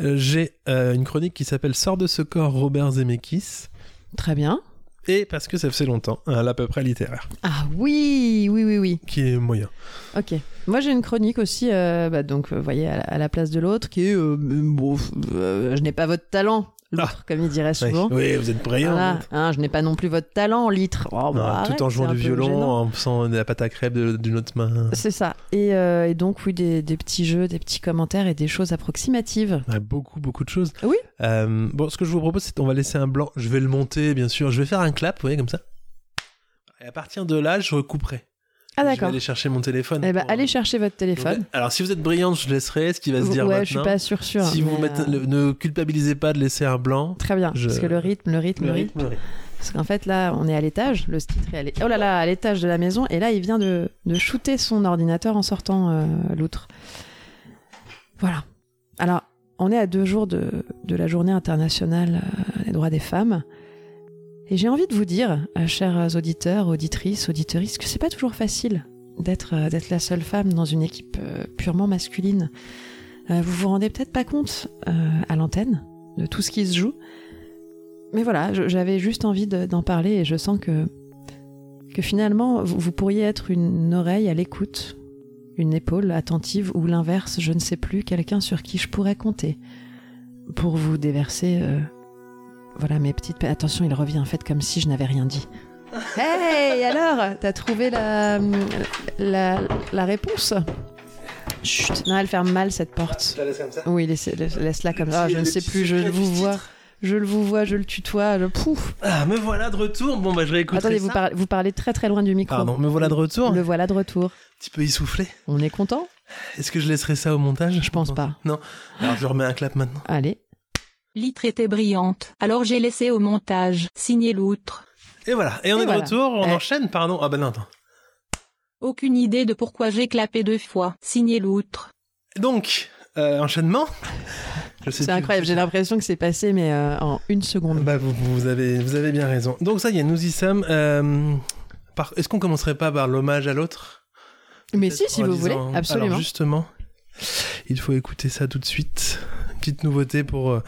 Euh, J'ai euh, une chronique qui s'appelle Sors de ce corps, Robert Zemeckis. Très bien. Et parce que ça faisait longtemps, un à peu près littéraire, Ah oui, oui, oui, oui. qui est moyen. Ok. Moi, j'ai une chronique aussi, euh, bah, donc, euh, vous voyez, à la, à la place de l'autre, qui est, euh, bon, euh, je n'ai pas votre talent, l'autre, comme il dirait Ouais. souvent. Ah. Oui, vous êtes brillant. Voilà, vous êtes- hein, je n'ai pas non plus votre talent, litre. Oh, bah, Non, arrête, Ah, tout en c'est jouant un du peu violon, hein. gênant. en faisant de la pâte à crêpes de- d'une autre main. C'est ça. Et, euh, et donc, oui, des, des petits jeux, des petits commentaires et des choses approximatives. Ouais, beaucoup, beaucoup de choses. Oui. Euh, bon, ce que je vous propose, c'est qu'on va laisser un blanc. Je vais le monter, bien sûr. Je vais faire un clap, vous voyez, comme ça. Et à partir de là, je recouperai. Ah, Je vais d'accord. aller chercher mon téléphone. Eh ben, pour- allez chercher votre téléphone. Alors, si vous êtes brillante, je laisserai ce qui va se dire ouais, je suis maintenant. pas sûre, sûre. si vous mais, mettez- euh, le- ne culpabilisez pas de laisser un blanc. Très bien, Je- parce que le rythme, le rythme, le rythme. Parce qu'en fait, là, on est à l'étage, le titre est à l'é- oh là là, à l'étage de la maison, et là, il vient de, de shooter son ordinateur en sortant euh, l'outre. Voilà. Alors, on est à deux jours de, de la journée internationale euh, des droits des femmes. Et j'ai envie de vous dire, euh, chers auditeurs, auditrices, auditeuristes, que c'est pas toujours facile d'être euh, d'être la seule femme dans une équipe euh, purement masculine. Euh, vous vous rendez peut-être pas compte euh, à l'antenne de tout ce qui se joue. Mais voilà, je- j'avais juste envie de- d'en parler et je sens que, que finalement, vous, vous pourriez être une oreille à l'écoute, une épaule attentive ou l'inverse, je ne sais plus, quelqu'un sur qui je pourrais compter pour vous déverser. euh, voilà mes petites. pe- Attention, il revient en fait comme si je n'avais rien dit. Hey, alors T'as trouvé la, la, la réponse Chut, non, elle ferme mal cette porte. Oui, laisse- laisse- laisse-la comme ça. Ah, je ne sais plus, je vous vois. Je le vous vois, je le tutoie, je pouf. Ah, me voilà de retour. Bon, bah, je réécouterai Attendez, ça. vous, parlez- vous parlez très très loin du micro. Pardon, me voilà de retour. Le voilà de retour. Un petit peu essoufflé. On est content Est-ce que je laisserai ça au montage Je pense pas. Non. Alors, je remets un clap maintenant. Allez. Litre était brillante, alors j'ai laissé au montage, signé l'outre. Et voilà. Et on Et est voilà. de retour. On Eh. enchaîne, pardon. Ah, bah, non, attends. Aucune idée de pourquoi j'ai clapé deux fois, signé l'outre. Donc, euh, enchaînement. Je sais C'est plus. incroyable, j'ai l'impression que c'est passé, mais euh, en une seconde. Bah, vous, vous avez, vous avez bien raison. Donc, ça y est, nous y sommes. Euh, par- Est-ce qu'on commencerait pas par l'hommage à l'autre mais Peut-être si, si en vous disant- hein. voulez, Alors, absolument. justement, il faut écouter ça tout de suite. Une petite nouveauté pour, euh,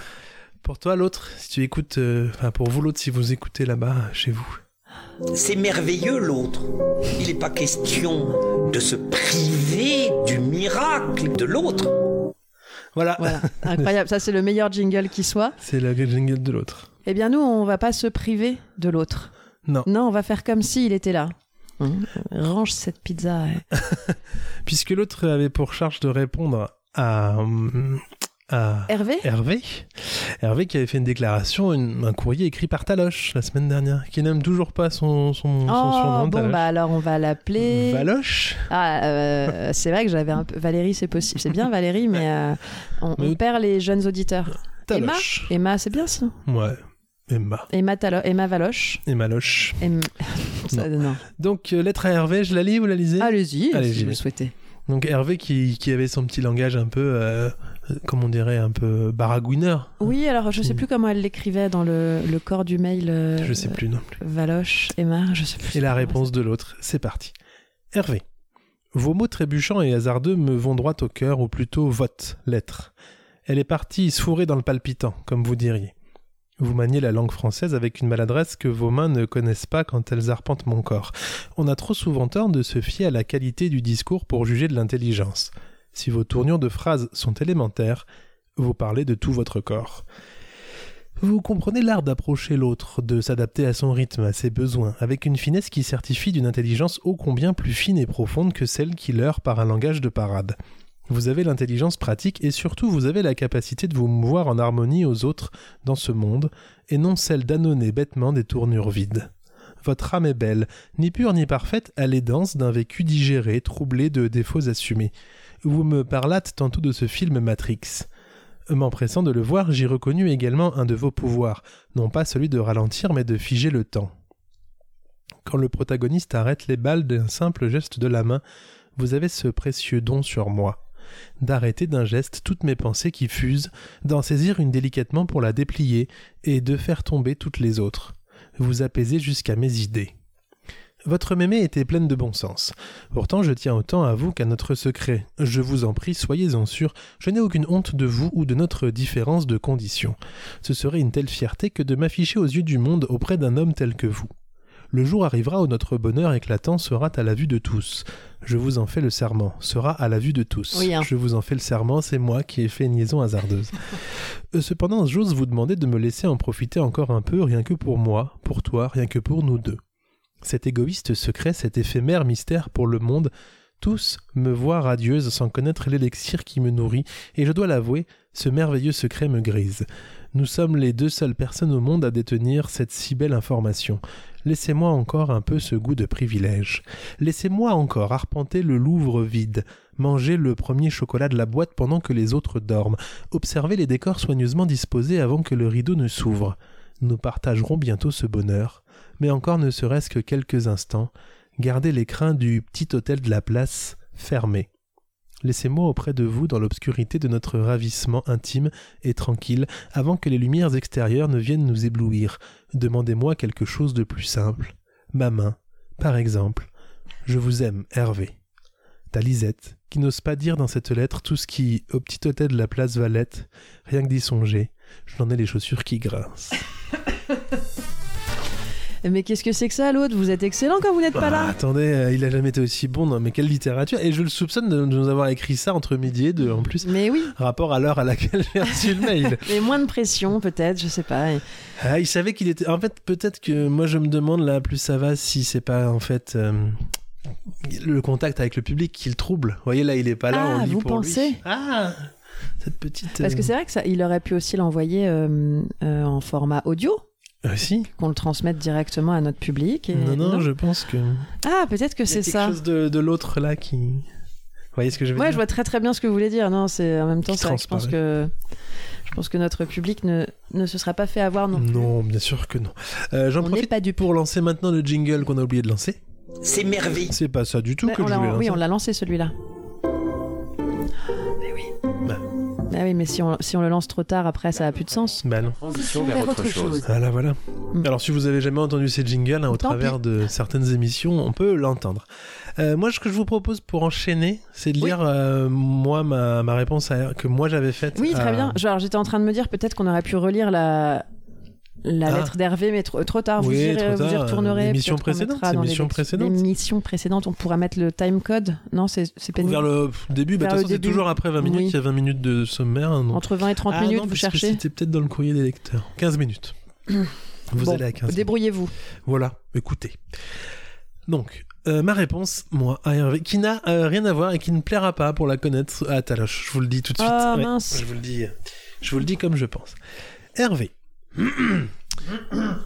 pour toi, l'autre, si tu écoutes, euh, enfin, pour vous, l'autre, si vous écoutez là-bas, chez vous. C'est merveilleux l'autre. Il n'est pas question de se priver du miracle de l'autre. Voilà, Voilà, incroyable. Ça, c'est le meilleur jingle qui soit. c'est la jingle de l'autre. Eh bien, nous, on va pas se priver de l'autre. Non. Non, on va faire comme s'il était là. Hein. Range cette pizza. euh, ouais. Puisque l'autre avait pour charge de répondre à, hum, à Hervé Hervé. Hervé qui avait fait une déclaration, une- un courrier écrit par Taloche la semaine dernière, qui n'aime toujours pas son, son, son Oh, surnom bon, Taloche. bah alors on va l'appeler. Valoche Ah, euh, c'est vrai que j'avais un peu. Valérie, c'est possible. C'est bien Valérie, mais euh, on, on Mais- perd les jeunes auditeurs. Taloche. Emma, c'est bien ça. Ouais. Emma. Emma, Talo- Emma Valoche. Emma Loche. Em- Ça, non. Donc, euh, lettre à Hervé, je la lis, vous la lisez Allez-y, Allez-y, si vous mais- le souhaitez. Donc, Hervé qui, qui avait son petit langage un peu, euh, euh, comme on dirait, un peu baragouineur. Oui, alors je sais Mm. plus comment elle l'écrivait dans le, le corps du mail. euh, Je sais plus non plus. Valoche, Emma, je sais plus. Et la réponse de l'autre, c'est parti. Hervé. Vos mots trébuchants et hasardeux me vont droit au cœur, ou plutôt votre lettre. Elle est partie se fourrer dans le palpitant, comme vous diriez. Vous maniez la langue française avec une maladresse que vos mains ne connaissent pas quand elles arpentent mon corps. On a trop souvent tort de se fier à la qualité du discours pour juger de l'intelligence. Si vos tournures de phrases sont élémentaires, vous parlez de tout votre corps. Vous comprenez l'art d'approcher l'autre, de s'adapter à son rythme, à ses besoins, avec une finesse qui certifie d'une intelligence ô combien plus fine et profonde que celle qui leurre par un langage de parade. Vous avez l'intelligence pratique et surtout vous avez la capacité de vous mouvoir en harmonie aux autres dans ce monde, et non celle d'annonner bêtement des tournures vides. Votre âme est belle, ni pure ni parfaite, elle est dense d'un vécu digéré, troublé de défauts assumés. Vous me parlâtes tantôt de ce film Matrix. M'empressant de le voir, j'y reconnus également un de vos pouvoirs, non pas celui de ralentir, mais de figer le temps. Quand le protagoniste arrête les balles d'un simple geste de la main, vous avez ce précieux don sur moi. D'arrêter d'un geste toutes mes pensées qui fusent, d'en saisir une délicatement pour la déplier, et de faire tomber toutes les autres. Vous apaisez jusqu'à mes idées. Votre mémé était pleine de bon sens. Pourtant, je tiens autant à vous qu'à notre secret. Je vous en prie, soyez-en sûrs, je n'ai aucune honte de vous ou de notre différence de condition. Ce serait une telle fierté que de m'afficher aux yeux du monde auprès d'un homme tel que vous. Le jour arrivera où notre bonheur éclatant sera à la vue de tous. Je vous en fais le serment. Sera à la vue de tous. Oui, hein. Je vous en fais le serment, c'est moi qui ai fait une liaison hasardeuse. Euh, Cependant, j'ose vous demander de me laisser en profiter encore un peu, rien que pour moi, pour toi, rien que pour nous deux. Cet égoïste secret, cet éphémère mystère pour le monde, tous me voient radieuse sans connaître l'élixir qui me nourrit, et je dois l'avouer, ce merveilleux secret me grise. Nous sommes les deux seules personnes au monde à détenir cette si belle information. Laissez-moi encore un peu ce goût de privilège. Laissez-moi encore arpenter le Louvre vide, manger le premier chocolat de la boîte pendant que les autres dorment, observer les décors soigneusement disposés avant que le rideau ne s'ouvre. Nous partagerons bientôt ce bonheur, mais encore ne serait-ce que quelques instants, Gardez les crins du petit hôtel de la place fermés. Laissez-moi auprès de vous dans l'obscurité de notre ravissement intime et tranquille avant que les lumières extérieures ne viennent nous éblouir. Demandez-moi quelque chose de plus simple. Ma main, par exemple. Je vous aime, Hervé. Ta Lisette, qui n'ose pas dire dans cette lettre tout ce qui, au petit hôtel de la place Valette, rien que d'y songer, je n'en ai les chaussures qui grincent. Mais qu'est-ce que c'est que ça, l'autre Vous êtes excellent quand vous n'êtes pas Ah, là. attendez, euh, il a jamais été aussi bon, non, mais quelle littérature Et je le soupçonne de, de nous avoir écrit ça entre midi et deux, en plus, Mais oui, rapport à l'heure à laquelle j'ai reçu le mail. mais moins de pression peut-être, je sais pas. Et- Ah, il savait qu'il était... En fait, peut-être que moi je me demande, là, plus ça va, si c'est pas, en fait... euh, Le contact avec le public qui le trouble. Vous voyez, là, il est pas là, Ah, on lit vous pour lui. pensez Ah Cette petite. euh, Parce que c'est vrai que ça, il aurait pu aussi l'envoyer euh, euh, en format audio, c'est. Aussi qu'on le transmette directement à notre public. et- Ah, non, non, non. je pense que. Ah, peut-être que Il y a c'est quelque ça. chose de, de l'autre, là, qui. Vous voyez ce que je veux Ouais, dire je vois très très bien ce que vous voulez dire. Non, c'est en même temps, Qui ça, je pense transparaît. que je pense que notre public ne, ne se sera pas fait avoir non. plus. Non, bien sûr que non. Euh, J'en On n'est profite pas pas du pour lancer maintenant le jingle qu'on a oublié de lancer. C'est merveilleux. C'est pas ça du tout Bah, que on je l'a- voulais lancer. oui, on l'a lancé celui-là. Mais oui. Bah. Ah oui, mais si on, si on le lance trop tard, après, ça a plus de sens. Bah non. Transition vers autre chose. Voilà, Ah, voilà. Mm. Alors, si vous avez jamais entendu ces jingles hein, au Tant travers de certaines émissions, on peut l'entendre. Euh, moi, ce que je vous propose pour enchaîner, c'est de Oui. lire, euh, moi, ma, ma réponse à- que moi j'avais faite. Oui, très à- bien. Genre, j'étais en train de me dire peut-être qu'on aurait pu relire la, la Ah. lettre d'Hervé, mais trop, trop tard. Vous, Oui, y, trop vous y tard. retournerez. L'émission peut-être qu'on précédente, mettra dans l'émission les- précédente. L'émission précédente, on pourra mettre le time code. Non, c'est c'est pénible. Vers le pff, début, bah, de Vers toute le façon, c'est début. toujours après 20 minutes, Oui. il y a 20 minutes de sommaire. hein, donc- Entre 20 et 30 Ah minutes, non, vous parce que cherchez. C'était peut-être dans le courrier des lecteurs. 15 minutes. Vous Bon, allez à 15 minutes. Débrouillez-vous. Voilà, écoutez. Donc, euh, ma réponse, moi, à Hervé, qui n'a euh, rien à voir et qui ne plaira pas pour la connaître à Taloche. Je vous le dis tout de suite. Ah, Ouais, mince. Je vous le dis. Je vous le dis comme je pense. Hervé.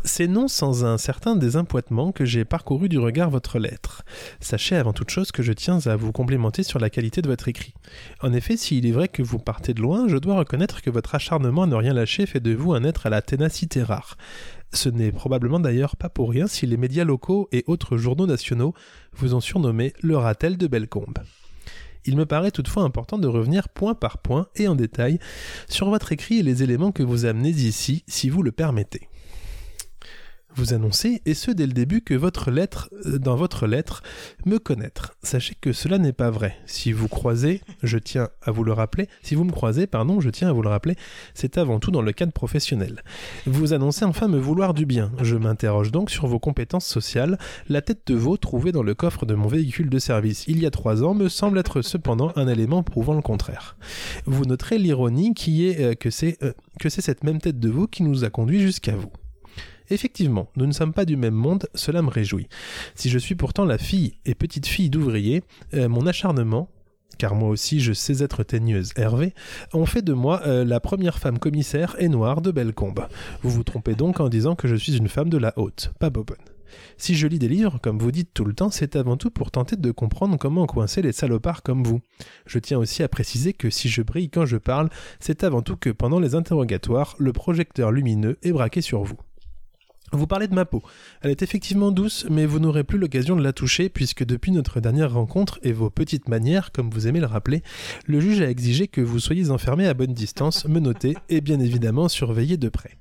C'est non sans un certain désimpointement que j'ai parcouru du regard votre lettre. Sachez avant toute chose que je tiens à vous complimenter sur la qualité de votre écrit. En effet, s'il est vrai que vous partez de loin, je dois reconnaître que votre acharnement à ne rien lâcher fait de vous un être à la ténacité rare. Ce n'est probablement d'ailleurs pas pour rien si les médias locaux et autres journaux nationaux vous ont surnommé le ratel de Bellecombe. Il me paraît toutefois important de revenir point par point et en détail sur votre écrit et les éléments que vous amenez ici, si vous le permettez. Vous annoncez, et ce dès le début, que votre lettre, euh, dans votre lettre, me connaître. Sachez que cela n'est pas vrai. Si vous croisez, je tiens à vous le rappeler, si vous me croisez, pardon, je tiens à vous le rappeler, c'est avant tout dans le cadre professionnel. Vous annoncez enfin me vouloir du bien. Je m'interroge donc sur vos compétences sociales. La tête de veau trouvée dans le coffre de mon véhicule de service il y a trois ans me semble être cependant un élément prouvant le contraire. Vous noterez l'ironie qui est euh, que c'est euh, que c'est cette même tête de veau qui nous a conduits jusqu'à vous. Effectivement, nous ne sommes pas du même monde, cela me réjouit. Si je suis pourtant la fille et petite fille d'ouvrier, euh, mon acharnement, car moi aussi je sais être teigneuse, Hervé, ont fait de moi euh, la première femme commissaire et noire de Bellecombe. Vous vous trompez donc en disant que je suis une femme de la haute, pas bobonne. Si je lis des livres, comme vous dites tout le temps, c'est avant tout pour tenter de comprendre comment coincer les salopards comme vous. Je tiens aussi à préciser que si je brille quand je parle, c'est avant tout que pendant les interrogatoires, le projecteur lumineux est braqué sur vous. Vous parlez de ma peau. Elle est effectivement douce, mais vous n'aurez plus l'occasion de la toucher puisque depuis notre dernière rencontre et vos petites manières, comme vous aimez le rappeler, le juge a exigé que vous soyez enfermé à bonne distance, menotté et bien évidemment surveillé de près.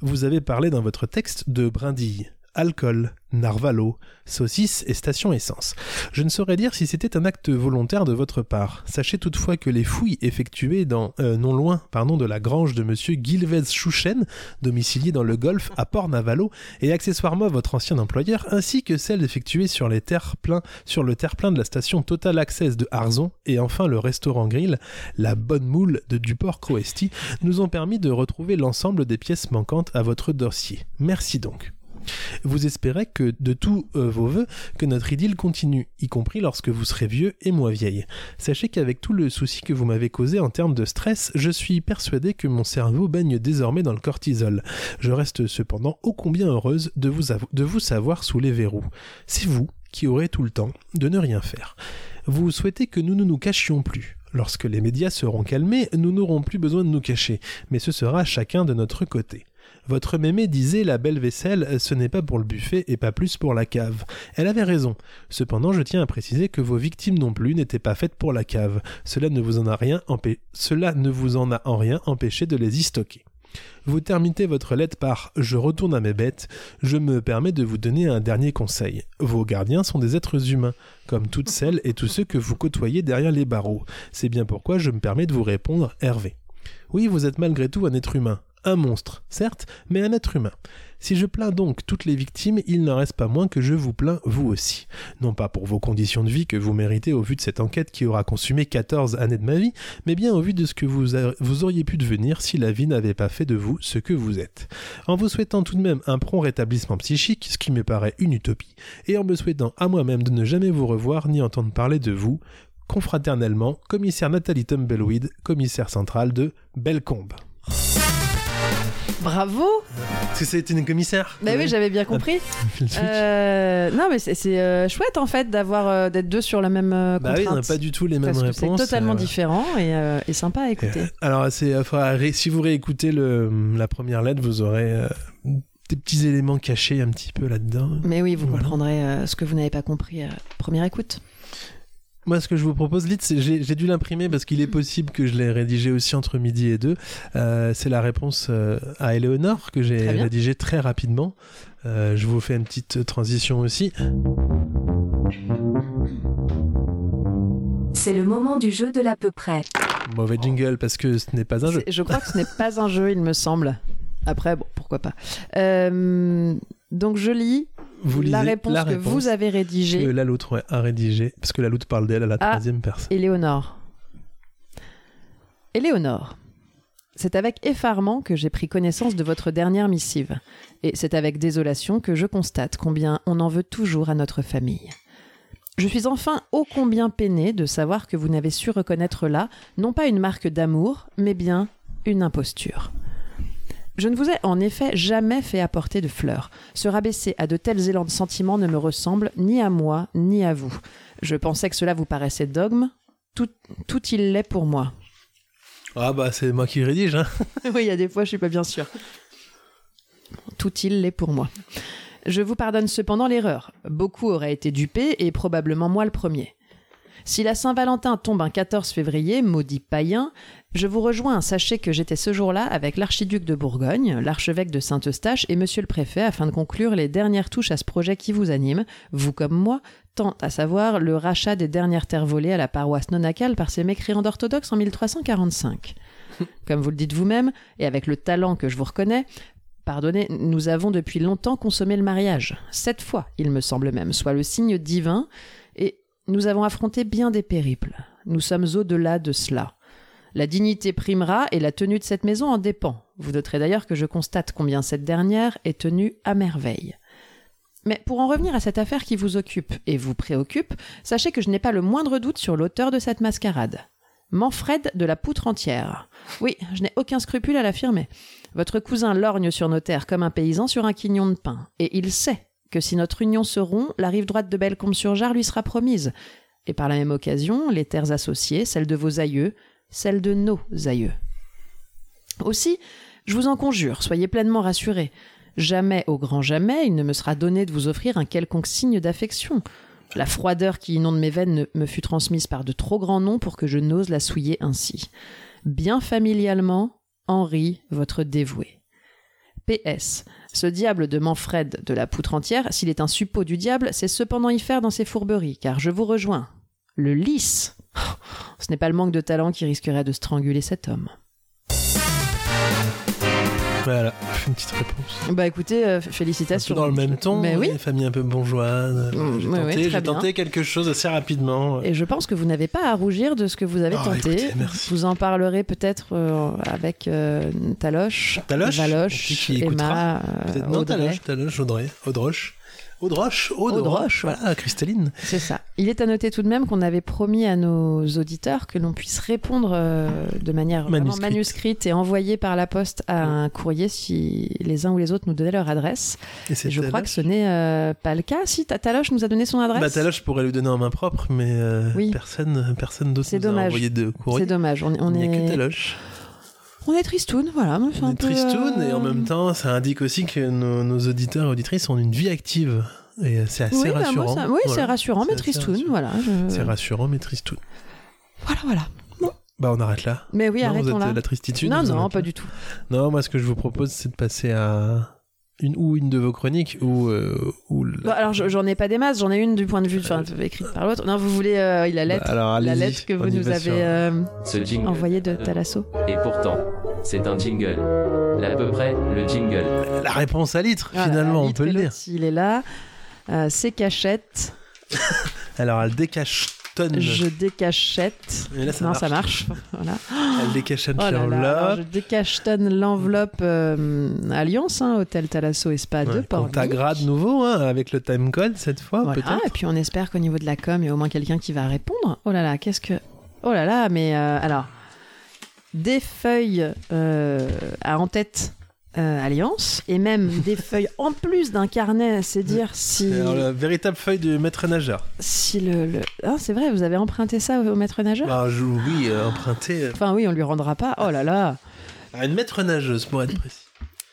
Vous avez parlé dans votre texte de brindilles, alcool, narvalo, saucisses et station essence. Je ne saurais dire si c'était un acte volontaire de votre part. Sachez toutefois que les fouilles effectuées dans euh, non loin, pardon, de la grange de monsieur Gilvez Chouchen, domicilié dans le Golfe à Port Navalo et accessoirement votre ancien employeur, ainsi que celles effectuées sur les terres pleins sur le terre-plein de la station Total Access de Harzon et enfin le restaurant Grill, la bonne moule de Duport Croesti, nous ont permis de retrouver l'ensemble des pièces manquantes à votre dossier. Merci donc. Vous espérez que, de tous euh, vos voeux, que notre idylle continue, y compris lorsque vous serez vieux et moi vieille. Sachez qu'avec tout le souci que vous m'avez causé en termes de stress, je suis persuadé que mon cerveau baigne désormais dans le cortisol. Je reste cependant ô combien heureuse de vous, avo- de vous savoir sous les verrous. C'est vous qui aurez tout le temps de ne rien faire. Vous souhaitez que nous ne nous cachions plus. Lorsque les médias seront calmés, nous n'aurons plus besoin de nous cacher, mais ce sera chacun de notre côté. Votre mémé disait la belle vaisselle, euh, ce n'est pas pour le buffet et pas plus pour la cave. Elle avait raison. Cependant, je tiens à préciser que vos victimes non plus n'étaient pas faites pour la cave. Cela ne vous en a rien empê- cela ne vous en a en rien empêché de les y stocker. Vous terminez votre lettre par Je retourne à mes bêtes, je me permets de vous donner un dernier conseil. Vos gardiens sont des êtres humains, comme toutes celles et tous ceux que vous côtoyez derrière les barreaux. C'est bien pourquoi je me permets de vous répondre, Hervé. Oui, vous êtes malgré tout un être humain. Un monstre, certes, mais un être humain. Si je plains donc toutes les victimes, il n'en reste pas moins que je vous plains vous aussi. Non pas pour vos conditions de vie que vous méritez au vu de cette enquête qui aura consumé 14 années de ma vie, mais bien au vu de ce que vous, a- vous auriez pu devenir si la vie n'avait pas fait de vous ce que vous êtes. En vous souhaitant tout de même un prompt rétablissement psychique, ce qui me paraît une utopie, et en me souhaitant à moi-même de ne jamais vous revoir ni entendre parler de vous, confraternellement, commissaire Nathalie Tumbleweed, commissaire centrale de Bellecombe. Bravo Parce que c'était une commissaire Bah oui, j'avais bien compris. Euh, non, mais c'est- c'est euh, chouette en fait d'avoir euh, d'être deux sur la même euh, Bah oui, on n'a contrainte. pas du tout les mêmes parce que c'est réponses. totalement euh, différent et, euh, et sympa à écouter. Alors, c'est, euh, faudra ré- si vous réécoutez le, la première lettre, vous aurez euh, des petits éléments cachés un petit peu là-dedans. Mais oui, vous Voilà. comprendrez euh, ce que vous n'avez pas compris euh, à première écoute. Moi, ce que je vous propose, Lyd, c'est j'ai, j'ai dû l'imprimer parce Mm. qu'il est possible que je l'ai rédigé aussi entre midi et deux. Euh, c'est la réponse euh, à Eleonore que j'ai Très bien. rédigée très rapidement. Euh, je vous fais une petite transition aussi. C'est le moment du jeu de l'à peu près. Mauvais jingle parce que ce n'est pas un jeu. C'est- Je crois que ce n'est pas un jeu, il me semble. Après, bon, pourquoi pas. Euh, donc je lis Vous lisez la réponse que vous avez rédigée, que la loutre ouais, a rédigée parce que la loutre parle d'elle à la Ah. troisième personne. Éléonore. Éléonore, C'est avec effarement que j'ai pris connaissance de votre dernière missive. Et c'est avec désolation que je constate combien on en veut toujours à notre famille. Je suis enfin ô combien peiné de savoir que vous n'avez su reconnaître là, non pas une marque d'amour, mais bien une imposture. Je ne vous ai en effet jamais fait apporter de fleurs. Se rabaisser à de tels élans de sentiments ne me ressemble ni à moi, ni à vous. Je pensais que cela vous paraissait dogme. Tout, tout il l'est pour moi. Ah bah c'est moi qui rédige, hein. oui, il y a des fois, je suis pas bien sûre. Tout il l'est pour moi. Je vous pardonne cependant l'erreur. Beaucoup auraient été dupés et probablement moi le premier. Si la Saint-Valentin tombe un 14 février, maudit païen, je vous rejoins. Sachez que j'étais ce jour-là avec l'archiduc de Bourgogne, l'archevêque de Saint-Eustache et monsieur le préfet afin de conclure les dernières touches à ce projet qui vous anime, vous comme moi, tant à savoir le rachat des dernières terres volées à la paroisse nonacale par ces mécréants d'orthodoxes en 1345. Comme vous le dites vous-même, et avec le talent que je vous reconnais, Pardonnez, nous avons depuis longtemps consommé le mariage. Sept fois, il me semble même, soit le signe divin, et nous avons affronté bien des périples. Nous sommes au-delà de cela. La dignité primera et la tenue de cette maison en dépend. Vous noterez d'ailleurs que je constate combien cette dernière est tenue à merveille. Mais pour en revenir à cette affaire qui vous occupe et vous préoccupe, sachez que je n'ai pas le moindre doute sur l'auteur de cette mascarade. Manfred de la Poutre entière. Oui, je n'ai aucun scrupule à l'affirmer. Votre cousin lorgne sur nos terres comme un paysan sur un quignon de pain, et il sait que si notre union se rompt, la rive droite de Bellecombe-sur-Jar lui sera promise, et par la même occasion, les terres associées, celles de vos aïeux, celles de nos aïeux. Aussi, je vous en conjure, soyez pleinement rassurés. Jamais, au grand jamais, il ne me sera donné de vous offrir un quelconque signe d'affection. La froideur qui inonde mes veines ne- me fut transmise par de trop grands noms pour que je n'ose la souiller ainsi. Bien familialement, Henri, votre dévoué. PS. Ce diable de Manfred de la poutre entière, s'il est un suppôt du diable, c'est cependant y faire dans ses fourberies, car je vous rejoins. Le lys Ce n'est pas le manque de talent qui risquerait de stranguler cet homme. Voilà, je fais une petite réponse. Bah écoutez, euh, Un peu félicitations. dans le même ton, Mais Bah oui. les familles un peu bourgeoises. Mm, j'ai ouais, ouais, tenté, très j'ai bien. tenté quelque chose assez rapidement. Et je pense que vous n'avez pas à rougir de ce que vous avez Oh, tenté. écoutez, merci. Vous en parlerez peut-être euh, avec euh, Taloche, Taloche, qui- Valoche, qui écoutera, Emma, euh, Peut-être non, Audrey. Taloche, Taloche, Audrey, Audroche. Audroche, Ah, Audroche, Audroche, voilà, Cristaline. C'est ça. Il est à noter tout de même qu'on avait promis à nos auditeurs que l'on puisse répondre euh, de manière vraiment Manuscrite. manuscrite et envoyée par la poste à un courrier si les uns ou les autres nous donnaient leur adresse. Et c'est Et je crois que Taloche. ce n'est euh, pas le cas. Si Ta- Taloche nous a donné son adresse, Bah, Taloche pourrait lui donner en main propre, mais euh, Oui. personne, personne d'autre C'est nous a dommage. envoyé de courrier. c'est dommage. On, on Il n'y a que est, Taloche. on est tristoun, voilà. c'est On un est peu, tristoun et en euh, même temps, ça indique aussi que nos, nos auditeurs et auditrices ont une vie active. Et euh, c'est assez Oui, bah, moi, rassurant. ça- oui, c'est Voilà. rassurant, mais C'est assez tristoun, rassurant. voilà. je- C'est rassurant, mais tristoun. Voilà, voilà. Bah, on arrête là. Mais oui, non, vous arrêtons êtes là. euh, la tristitude. non, vous en non, êtes pas là. du tout. Non, moi, ce que je vous propose, c'est de passer à une ou une de vos chroniques ou. euh, ou la- Bon, alors, je- j'en ai pas des masses, j'en ai une du point de vue enfin, écrite par l'autre. Non, vous voulez euh, la Euh, Bah, lettre alors, La allez-y, lettre que on vous y nous va sur- avez euh, Ce jingle. envoyée de Talasso. Et pourtant, c'est un jingle. L'à peu près, le jingle. La réponse à litre, Voilà, finalement, on peut Litre et le dire. l'autre, Il est là. Euh, c'est cachette. Alors, elle décache tonne. Je décachette. Mmh. Et là, ça non, marche. ça marche. Voilà. Elle décache Oh là là, alors, Charlotte. je décachetonne l'enveloppe euh, à Alliance, hein, hôtel Talasso Espa 2, Quand t'as grade nouveau, hein, avec le timecode cette fois, Voilà, Oh, peut-être. et puis on espère qu'au niveau de la com, il y a au moins quelqu'un qui va répondre. Oh là là, qu'est-ce que. Oh là là, mais euh, alors. Des feuilles euh, à en tête euh, Alliance, et même des feuilles en plus d'un carnet, c'est dire si, Alors, la véritable feuille de maître nageur. si le. le- Ah, c'est vrai, vous avez emprunté ça au maître nageur Bah, je- oui, euh, emprunté euh, Enfin, oui, on lui rendra pas. Oh là là à une maître nageuse, pour être précis.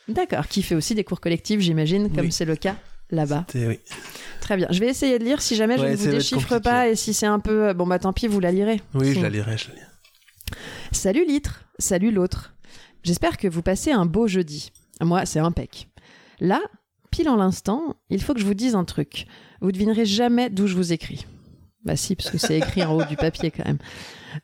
D'accord, qui fait aussi des cours collectifs, j'imagine, comme Oui. c'est le cas là-bas. C'était- oui. Très bien. Je vais essayer de lire si jamais je Ouais, ne ça vous va être déchiffre compliqué. pas et si c'est un peu. Bon, bah tant pis, vous la lirez. Oui, je Sinon. la lirai, je la lirai. Salut Litre, salut l'autre. J'espère que vous passez un beau jeudi. Moi, c'est impec. Là, pile en l'instant, il faut que je vous dise un truc. Vous devinerez jamais d'où je vous écris. Bah si, parce que c'est écrit en haut du papier quand même.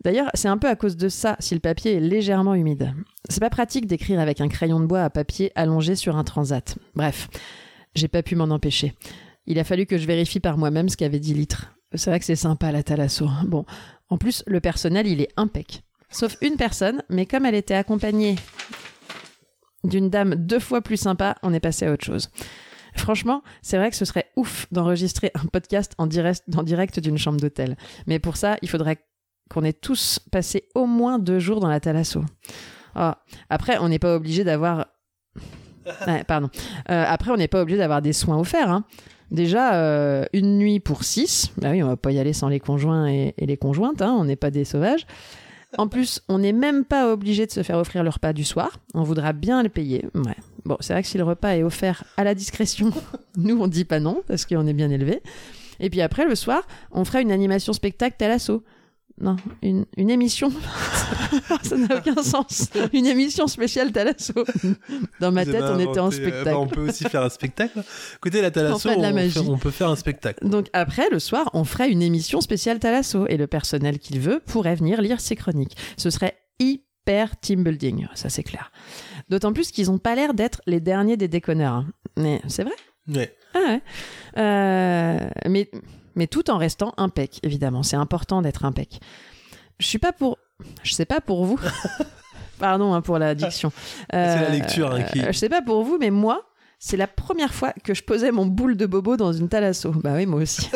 D'ailleurs, c'est un peu à cause de ça si le papier est légèrement humide. C'est pas pratique d'écrire avec un crayon de bois à papier allongé sur un transat. Bref, j'ai pas pu m'en empêcher. Il a fallu que je vérifie par moi-même ce qu'avait dit Litre. C'est vrai que c'est sympa la thalasso. Bon, en plus, le personnel, il est impec. sauf une personne, mais comme elle était accompagnée d'une dame deux fois plus sympa, on est passé à autre chose. Franchement, c'est vrai que ce serait ouf d'enregistrer un podcast en direct, en direct d'une chambre d'hôtel. Mais pour ça, il faudrait qu'on ait tous passé au moins deux jours dans la Thalasso. Ah. Après, on n'est pas obligé d'avoir. Ouais, pardon. Euh, après, on n'est pas obligé d'avoir des soins offerts. hein. Déjà, euh, une nuit pour six. Bah oui, on va pas y aller sans les conjoints et, et les conjointes. hein, On n'est pas des sauvages. En plus, on n'est même pas obligé de se faire offrir le repas du soir. On voudra bien le payer. Ouais. Bon, c'est vrai que si le repas est offert à la discrétion, nous, on dit pas non, parce qu'on est bien élevé. Et puis après, le soir, on fera une animation spectacle à l'assaut. Non, une, une émission. ça n'a aucun sens. Une émission spéciale Talasso. Dans ma Vous tête, avez on était en inventé- euh, bah, spectacle. on peut aussi faire un spectacle. Écoutez, la Thalasso, fait de la on, magie. fait- on peut faire un spectacle. Donc après, le soir, on ferait une émission spéciale Talasso et le personnel qu'il veut pourrait venir lire ses chroniques. Ce serait hyper team building, ça c'est clair. D'autant plus qu'ils n'ont pas l'air d'être les derniers des déconneurs. hein. Mais c'est vrai. Ouais. Ah ouais. Euh, mais, mais tout en restant impec, évidemment. C'est important d'être impec. Je suis pas pour... Je sais pas pour vous. Pardon hein, pour la diction. C'est Euh, la lecture hein, qui. euh, je sais pas pour vous, mais moi, c'est la première fois que je posais mon boule de bobo dans une thalasso. Bah oui, moi aussi.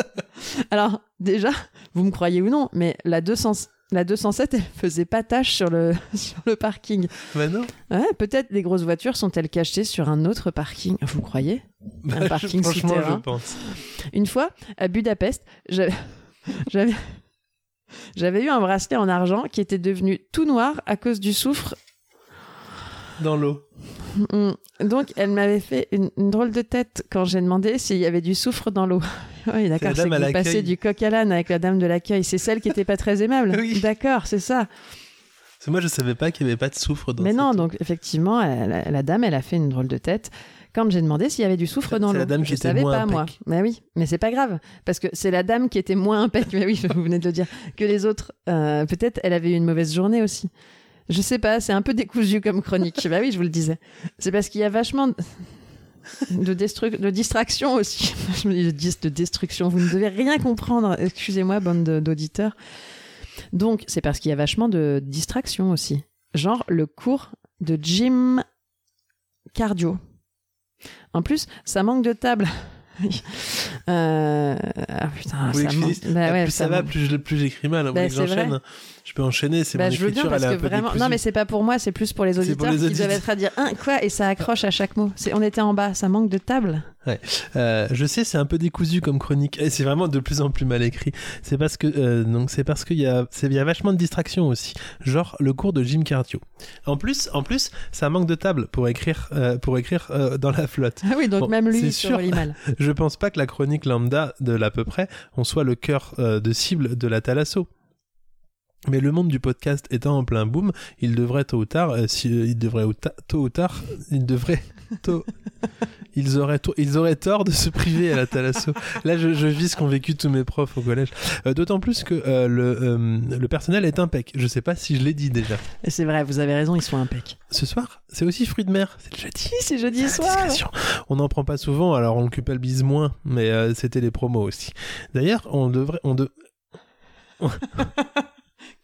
Alors, déjà, vous me croyez ou non, mais la 200 La 207, elle faisait pas tâche sur le, sur le parking. Bah non. Ouais, peut-être les grosses voitures sont-elles cachées sur un autre parking. Vous croyez Bah, Un parking franchement, souterrain. je pense. Une fois, à Budapest, j'a- j'avais j'avais eu un bracelet en argent qui était devenu tout noir à cause du soufre Dans l'eau. Mm. Donc, elle m'avait fait une, une drôle de tête quand j'ai demandé s'il y avait du soufre dans l'eau. oui, dame d'accord, c'est à que vous l'accueil. passez du coq à l'âne avec la dame de l'accueil. C'est celle qui était pas très aimable. Oui. D'accord, c'est ça. Parce que Moi, je savais pas qu'il y avait pas de soufre dans Mais cette non, eau. donc effectivement, elle- la, la dame, elle a fait une drôle de tête quand j'ai demandé s'il y avait du soufre C'est- dans l'eau. c'est la dame qui je était savais moins pas, moi. impec. Mais oui, mais c'est pas grave, parce que c'est la dame qui était moins impec, mais oui, vous venez de le dire, que les autres. Euh, Peut-être elle avait eu une mauvaise journée aussi. Je sais pas, c'est un peu décousu comme chronique. bah oui, je vous le disais. C'est parce qu'il y a vachement de- de, destru- de distraction aussi. je me dis de, dis- de destruction. Vous ne devez rien comprendre. Excusez-moi, bande de- d'auditeurs. Donc, c'est parce qu'il y a vachement de distraction aussi. Genre le cours de gym cardio. En plus, ça manque de table. Euh, Ah putain, Vous voulez ça que je manque- finisse Bah Ah, ouais, plus ça, va, manque. plus, je- plus j'écris mal. Vous voulez Bah, que c'est vrai. j'enchaîne Je peux enchaîner, c'est Bah, mon je veux bien écriture, parce elle est que un peu vraiment. Non, décousu. mais c'est pas pour moi, c'est plus pour les C'est auditeurs, pour les qui doivent auditeurs. être à dire Hein, quoi Et ça accroche à chaque mot. C'est- On était en bas, ça manque de table. Euh, je sais, c'est un peu décousu comme chronique, et c'est vraiment de plus en plus mal écrit. C'est parce que euh, donc c'est parce qu'il y a c'est il y a vachement de distractions aussi, genre le cours de gym cardio. En plus, en plus, ça manque de table pour écrire euh, pour écrire euh, dans la flotte. Ah oui, donc Bon, même lui, c'est il se sûr. relie mal. Je pense pas que la chronique lambda de l'à peu près en soit le cœur euh, de cible de la Thalasso. Mais le monde du podcast étant en plein boom, il devrait tôt ou tard, euh, si- euh, il devrait ou ta- tôt ou tard, euh, il devrait tôt. Ils auraient, tôt- ils auraient tort de se priver à la Thalasso. Là, je, je vis ce qu'ont vécu tous mes profs au collège. Euh, D'autant plus que euh, le, euh, le personnel est impec. Je sais pas si je l'ai dit déjà. Et C'est vrai, vous avez raison, ils sont impec. Ce soir, c'est aussi fruit de mer. C'est le jeudi. Si, c'est jeudi soir. Ah, Discrétion. On n'en prend pas souvent, alors on le culpabilise moins, mais euh, c'était les promos aussi. D'ailleurs, on devrait, on, de-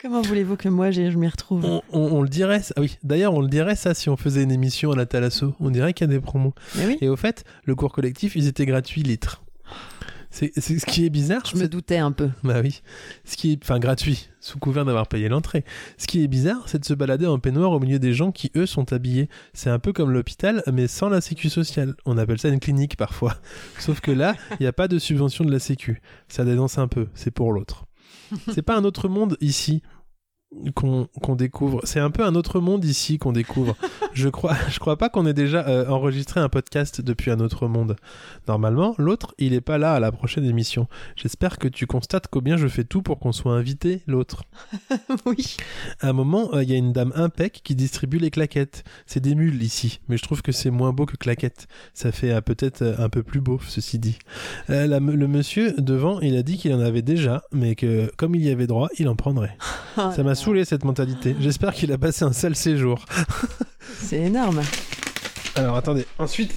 Comment voulez-vous que moi j'ai- je m'y retrouve on, on- on le dirait, ça- ah oui. D'ailleurs, on le dirait ça si on faisait une émission à la Thalasso. On dirait qu'il y a des promos. Mais oui, Et au fait, le cours collectif, ils étaient gratuits litres. C'est c'est ce qui est bizarre. je me c'est- doutais un peu. Bah oui. Ce qui est, enfin, gratuit, sous couvert d'avoir payé l'entrée. Ce qui est bizarre, c'est de se balader en peignoir au milieu des gens qui, eux, sont habillés. C'est un peu comme l'hôpital, mais sans la sécu sociale. On appelle ça une clinique parfois. Sauf que là, il n'y a pas de subvention de la sécu. Ça dénonce un peu, c'est pour l'autre. C'est pas un autre monde ici qu'on qu'on découvre. C'est un peu un autre monde ici qu'on découvre. Je crois, je crois pas qu'on ait déjà euh, enregistré un podcast depuis un autre monde. Normalement, l'autre, il est pas là à la prochaine émission. J'espère que tu constates combien je fais tout pour qu'on soit invité, l'autre. oui. À un moment, euh, il y a une dame impec qui distribue les claquettes. C'est des mules ici, mais je trouve que c'est moins beau que claquettes. Ça fait euh, peut-être euh, un peu plus beau, ceci dit. Euh, la- le monsieur devant, il a dit qu'il en avait déjà, mais que comme il y avait droit, il en prendrait. Ça m'a saoulé cette mentalité. J'espère qu'il a passé un sale séjour. C'est énorme. Alors attendez, ensuite,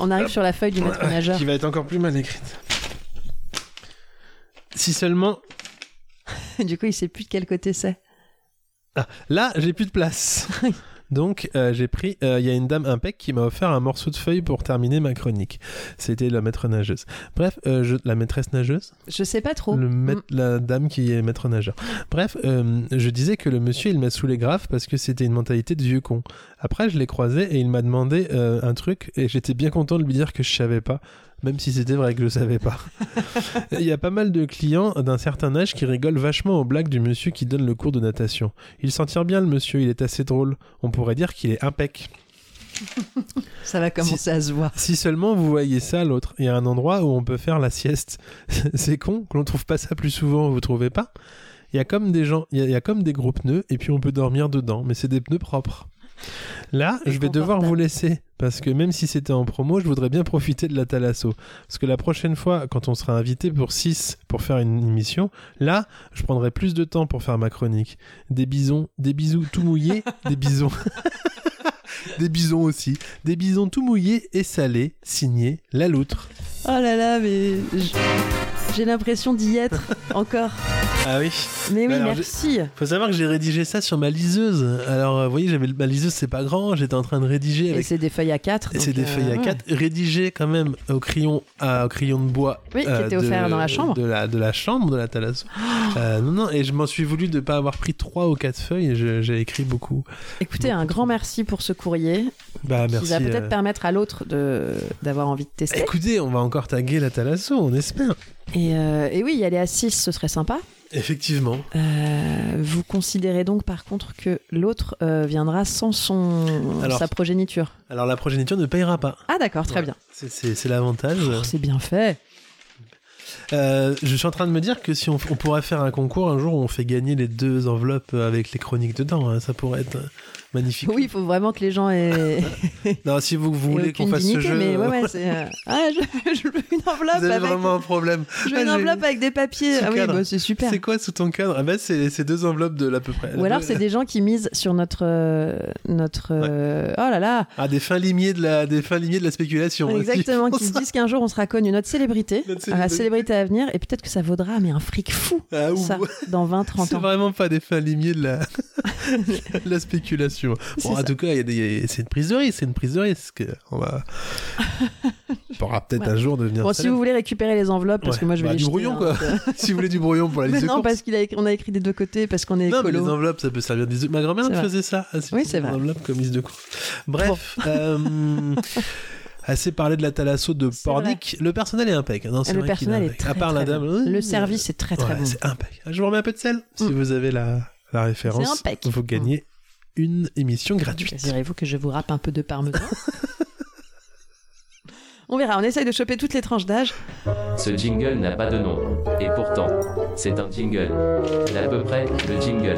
On arrive sur la feuille du maître nageur. qui va être encore plus mal écrite. Si seulement Du coup, il sait plus de quel côté c'est. Ah, là, j'ai plus de place. Donc, euh, j'ai pris. euh, Il y a une dame impec qui m'a offert un morceau de feuille pour terminer ma chronique. C'était la maître nageuse. Bref, euh, je- la maîtresse nageuse Je sais pas trop. le maître- La dame qui est maître nageur. Bref, euh, je disais que le monsieur, il m'a saoulé grave parce que c'était une mentalité de vieux con. Après, je l'ai croisé et il m'a demandé euh, un truc et j'étais bien content de lui dire que je savais pas, même si c'était vrai que je savais pas. il y a pas mal de clients d'un certain âge qui rigolent vachement aux blagues du monsieur qui donne le cours de natation. Il s'en tire bien, le monsieur, il est assez drôle. On pourrait dire qu'il est impec. Ça va commencer à se voir. Si seulement vous voyez ça, l'autre, il y a un endroit où on peut faire la sieste. C'est con que l'on trouve pas ça plus souvent, vous trouvez pas Il y a comme des gens, il y a, il y a comme des gros pneus et puis on peut dormir dedans, mais c'est des pneus propres. Là, C'est je vais devoir confortable. vous laisser parce que même si c'était en promo, je voudrais bien profiter de la Thalasso. Parce que la prochaine fois, quand on sera invité pour 6 pour faire une émission, là, je prendrai plus de temps pour faire ma chronique. Des bisons, des bisous tout mouillés, des bisons. des bisons aussi des bisons tout mouillés et salés, signé La Loutre. Oh là là, mais j- j'ai l'impression d'y être encore. Ah oui. Mais oui, Alors, j'ai- merci. Faut savoir que j'ai rédigé ça sur ma liseuse. Alors, euh, vous voyez, j'avais ma liseuse, c'est pas grand. J'étais en train de rédiger Et avec. c'est euh, des feuilles à 4. et C'est des feuilles à 4, rédigées quand même au crayon, à- au crayon de bois. euh, Oui, qui était offert de- dans la chambre. De la, de la chambre de la Thalasso. Euh, non, non, et je m'en suis voulu de ne pas avoir pris trois ou quatre feuilles. et je- J'ai écrit beaucoup. Écoutez, un grand merci pour ce courrier Bah, merci. qui va peut-être euh. permettre à l'autre de d'avoir envie de tester. Écoutez, on va encore taguer la Thalasso, on espère. Et, euh, et oui, y aller à 6, ce serait sympa. Effectivement. Euh, vous considérez donc par contre que l'autre euh, viendra sans son Alors- sa progéniture. Alors, la progéniture ne payera pas. Ah d'accord, très bien. C'est- C'est c'est l'avantage. Oh, c'est bien fait. Euh, je suis en train de me dire que si on, on pourrait faire un concours un jour où on fait gagner les deux enveloppes euh, avec les chroniques dedans, hein, ça pourrait être euh, magnifique. Oui, il faut vraiment que les gens aient, Non, si vous, vous aient voulez qu'on aucune fasse dignité, ce jeu, mais ouais, euh, ouais, c'est euh, ah, je, je veux une enveloppe vous avez avec, vraiment un problème. je veux Ah, une j'ai- enveloppe avec des papiers. Sous Ah oui, cadre. bah, c'est super. C'est quoi sous ton cadre Ah ben c'est c'est deux enveloppes de l'à peu près. Ou alors c'est des gens qui misent sur notre euh, notre euh, oh là là ah des fins limiers de la des fins limiers de la spéculation. hein, exactement qui se disent qu'un jour on sera connu notre célébrité Notre la célébrité. célébrité à venir et peut-être que ça vaudra mais un fric fou Ah, ou- ça dans 20 30 C'est ans. vraiment pas des fins limiers de la, de la spéculation. C'est Bon, en ça. tout cas, il y a des- c'est une prise de risque, c'est une prise de risque. On va. On pourra peut-être Ouais. un jour devenir. Bon, si célèbre. vous voulez récupérer les enveloppes, parce Ouais, que moi je vais bah, les du jeter, brouillon, hein, quoi. donc, euh, si vous voulez du brouillon pour la Mais liste de non, courses. parce qu'on a, écrit- on a écrit des deux côtés, parce qu'on est Non, mais les écolo. enveloppes, ça peut servir des. Ma grand-mère C'est elle vrai. faisait ça. hein, Elle s'est Oui, pris c'est des vrai. enveloppes comme liste de courses. Bref. euh, Assez parlé de la thalasso de C'est Pornic. Le personnel est hein, impeccable. Et le personnel est très, À part très la dame. bon. euh, Le service est très très ouais, bon. Mm. C'est impec. Ah, Je vous remets un peu de sel si vous avez la, la référence. C'est impec. Vous gagnez une émission gratuite. Désirez-vous que je vous râpe un peu de parmesan On verra, on essaye de choper toutes les tranches d'âge. Ce jingle n'a pas de nom. Et pourtant, c'est un jingle. L'à peu près, le jingle.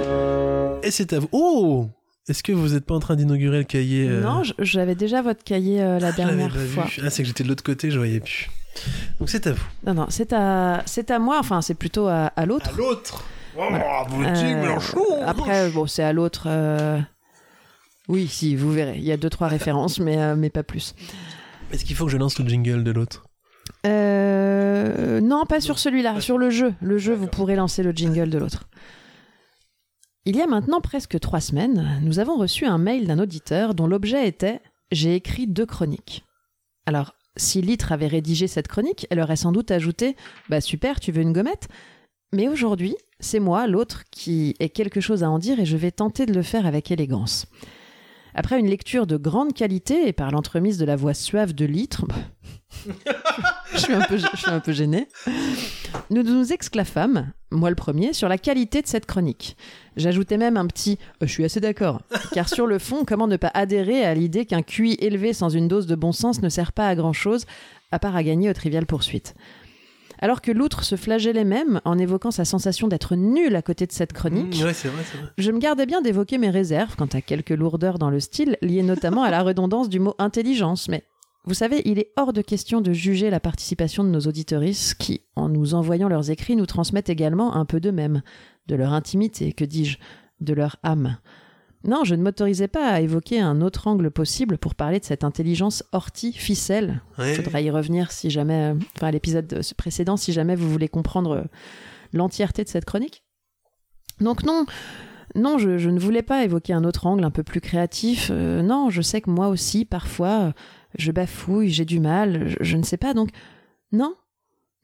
Et c'est à vous. Oh Est-ce que vous n'êtes pas en train d'inaugurer le cahier euh, Non, je- j'avais déjà votre cahier euh, la je l'avais dernière pas vu. fois. Ah, c'est que j'étais de l'autre côté, je voyais plus. Donc c'est à vous. Non, non, c'est à, c'est à moi, enfin c'est plutôt à, à l'autre. l'autre Oh, Ah, Euh, après, bon, c'est à l'autre. euh, Oui, si, vous verrez. Il y a deux, trois références, mais, euh, mais pas plus. Est-ce qu'il faut que je lance le jingle de l'autre Euh, non, pas sur celui-là, sur le jeu. Le jeu, vous pourrez lancer le jingle de l'autre. Il y a maintenant presque trois semaines, nous avons reçu un mail d'un auditeur dont l'objet était J'ai écrit deux chroniques. Alors, si Litre avait rédigé cette chronique, elle aurait sans doute ajouté Bah super, tu veux une gommette Mais aujourd'hui, c'est moi, l'autre, qui ai quelque chose à en dire et je vais tenter de le faire avec élégance. Après une lecture de grande qualité et par l'entremise de la voix suave de Litre, je suis un peu, je suis un peu gênée. Nous nous exclafâmes, moi le premier, sur la qualité de cette chronique. J'ajoutais même un petit euh, Je suis assez d'accord. Car sur le fond, comment ne pas adhérer à l'idée qu'un QI élevé sans une dose de bon sens ne sert pas à grand chose, à part à gagner aux triviales poursuites. Alors que l'outre se flagellait même en évoquant sa sensation d'être nul à côté de cette chronique, Ouais, c'est vrai, c'est vrai. je me gardais bien d'évoquer mes réserves quant à quelques lourdeurs dans le style, liées notamment à la redondance du mot intelligence, mais vous savez, il est hors de question de juger la participation de nos auditorices qui, en nous envoyant leurs écrits, nous transmettent également un peu d'eux-mêmes, de leur intimité, que dis-je, de leur âme. Non, je ne m'autorisais pas à évoquer un autre angle possible pour parler de cette intelligence ortie-ficelle Ouais. faudra y revenir si jamais, euh, enfin à l'épisode euh, précédent, si jamais vous voulez comprendre euh, l'entièreté de cette chronique. Donc non, non, je, je ne voulais pas évoquer un autre angle un peu plus créatif. Euh, non, je sais que moi aussi, parfois, euh, je bafouille, j'ai du mal, je, je ne sais pas. Donc, non,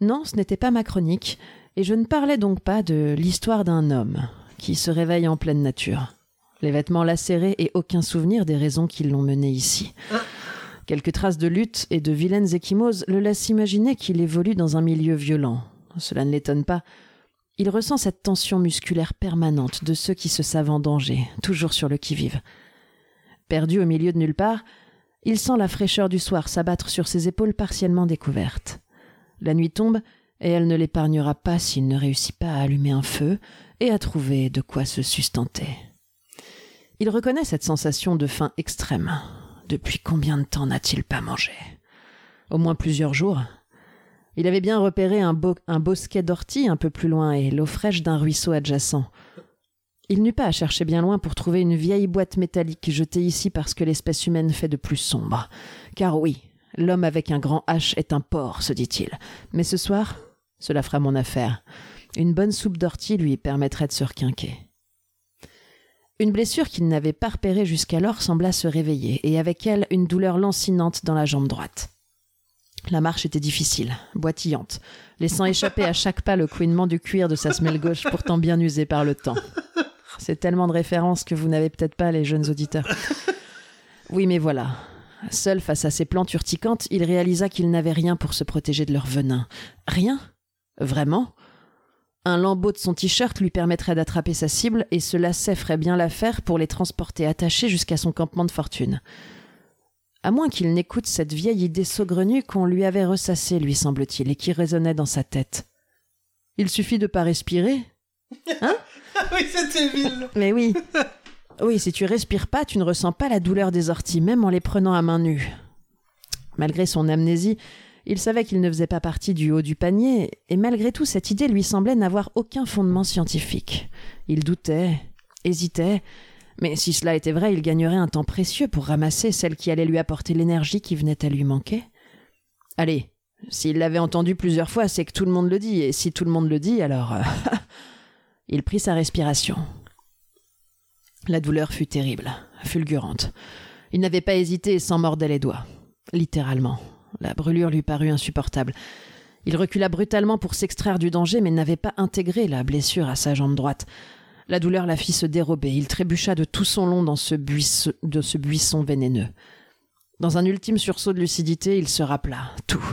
non, ce n'était pas ma chronique. Et je ne parlais donc pas de l'histoire d'un homme qui se réveille en pleine nature. Les vêtements lacérés et aucun souvenir des raisons qui l'ont mené ici. Quelques traces de lutte et de vilaines échymoses le laissent imaginer qu'il évolue dans un milieu violent. Cela ne l'étonne pas. Il ressent cette tension musculaire permanente de ceux qui se savent en danger, toujours sur le qui-vive. Perdu au milieu de nulle part, il sent la fraîcheur du soir s'abattre sur ses épaules partiellement découvertes. La nuit tombe et elle ne l'épargnera pas s'il ne réussit pas à allumer un feu et à trouver de quoi se sustenter. Il reconnaît cette sensation de faim extrême. Depuis combien de temps n'a-t-il pas mangé Au moins plusieurs jours. Il avait bien repéré un, bo- un bosquet d'orties un peu plus loin et l'eau fraîche d'un ruisseau adjacent. Il n'eut pas à chercher bien loin pour trouver une vieille boîte métallique jetée ici parce que l'espèce humaine fait de plus sombre. Car oui, l'homme avec un grand H est un porc, se dit-il. Mais ce soir, cela fera mon affaire. Une bonne soupe d'ortie lui permettrait de se requinquer. Une blessure qu'il n'avait pas repérée jusqu'alors sembla se réveiller, et avec elle une douleur lancinante dans la jambe droite. La marche était difficile, boitillante, laissant échapper à chaque pas le couinement du cuir de sa semelle gauche pourtant bien usée par le temps. C'est tellement de références que vous n'avez peut-être pas, les jeunes auditeurs. Oui, mais voilà. Seul face à ces plantes urticantes, il réalisa qu'il n'avait rien pour se protéger de leur venin. Rien Vraiment un lambeau de son t-shirt lui permettrait d'attraper sa cible et ce lacet ferait bien l'affaire pour les transporter attachés jusqu'à son campement de fortune. À moins qu'il n'écoute cette vieille idée saugrenue qu'on lui avait ressassée, lui semble-t-il, et qui résonnait dans sa tête. Il suffit de pas respirer. Hein oui, c'était ville. Mais oui. Oui, si tu respires pas, tu ne ressens pas la douleur des orties, même en les prenant à main nue. Malgré son amnésie, il savait qu'il ne faisait pas partie du haut du panier, et malgré tout cette idée lui semblait n'avoir aucun fondement scientifique. Il doutait, hésitait, mais si cela était vrai, il gagnerait un temps précieux pour ramasser celle qui allait lui apporter l'énergie qui venait à lui manquer. Allez, s'il l'avait entendu plusieurs fois, c'est que tout le monde le dit, et si tout le monde le dit, alors... euh, il prit sa respiration. La douleur fut terrible, fulgurante. Il n'avait pas hésité et s'en mordait les doigts. Littéralement. La brûlure lui parut insupportable. Il recula brutalement pour s'extraire du danger, mais n'avait pas intégré la blessure à sa jambe droite. La douleur la fit se dérober. Il trébucha de tout son long dans ce, buisse- de ce buisson vénéneux. Dans un ultime sursaut de lucidité, il se rappela tout.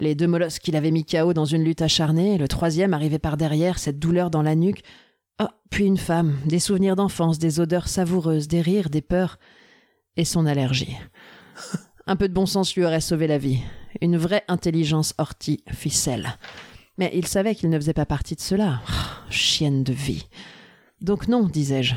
Les deux molosses qu'il avait mis KO dans une lutte acharnée, le troisième arrivé par derrière, cette douleur dans la nuque. Oh, puis une femme, des souvenirs d'enfance, des odeurs savoureuses, des rires, des peurs, et son allergie. Un peu de bon sens lui aurait sauvé la vie. Une vraie intelligence ortie ficelle. Mais il savait qu'il ne faisait pas partie de cela. Ah, Chienne de vie. Donc non, disais-je.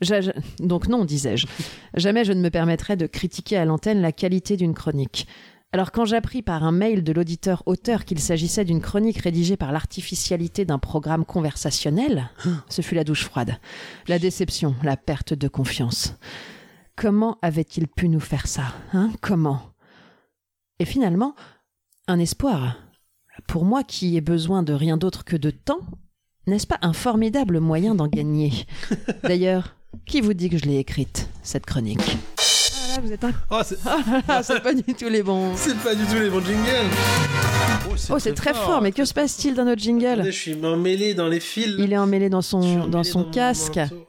Ja- ja- Donc non, disais-je. Jamais je ne me permettrai de critiquer à l'antenne la qualité d'une chronique. Alors quand j'appris par un mail de l'auditeur auteur qu'il s'agissait d'une chronique rédigée par l'artificialité d'un programme conversationnel, ce fut la douche froide, la déception, la perte de confiance. Comment avait-il pu nous faire ça hein Comment Et finalement, un espoir. Pour moi qui ai besoin de rien d'autre que de temps, n'est-ce pas un formidable moyen d'en gagner D'ailleurs, qui vous dit que je l'ai écrite, cette chronique Ah là, vous êtes un... Oh, c'est Oh là là, c'est pas du tout les bons... c'est pas du tout les bons jingles. Oh, c'est très fort, mais que se passe-t-il dans notre jingle Je suis mêlé dans les fils. Il est emmêlé dans Je suis son, emmêlé dans son mon casque. morceau.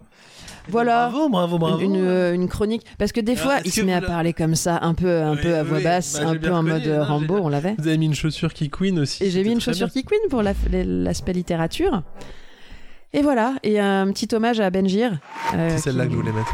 Voilà. Bravo, bravo, bravo. Une, euh, une chronique parce que des Ah, fois est-ce il se que met vous à la- parler comme ça un peu un Oui, peu à voix oui, basse bah, un j'ai peu bien en mode reconnu, euh, non, j'ai Rambo bien- on l'avait Vous avez mis une chaussure qui queen aussi. et j'ai mis c'était une très chaussure bien. qui queen pour la- l'aspect littérature et voilà et un petit hommage à Benjir euh, C'est celle-là qui- que je voulais mettre.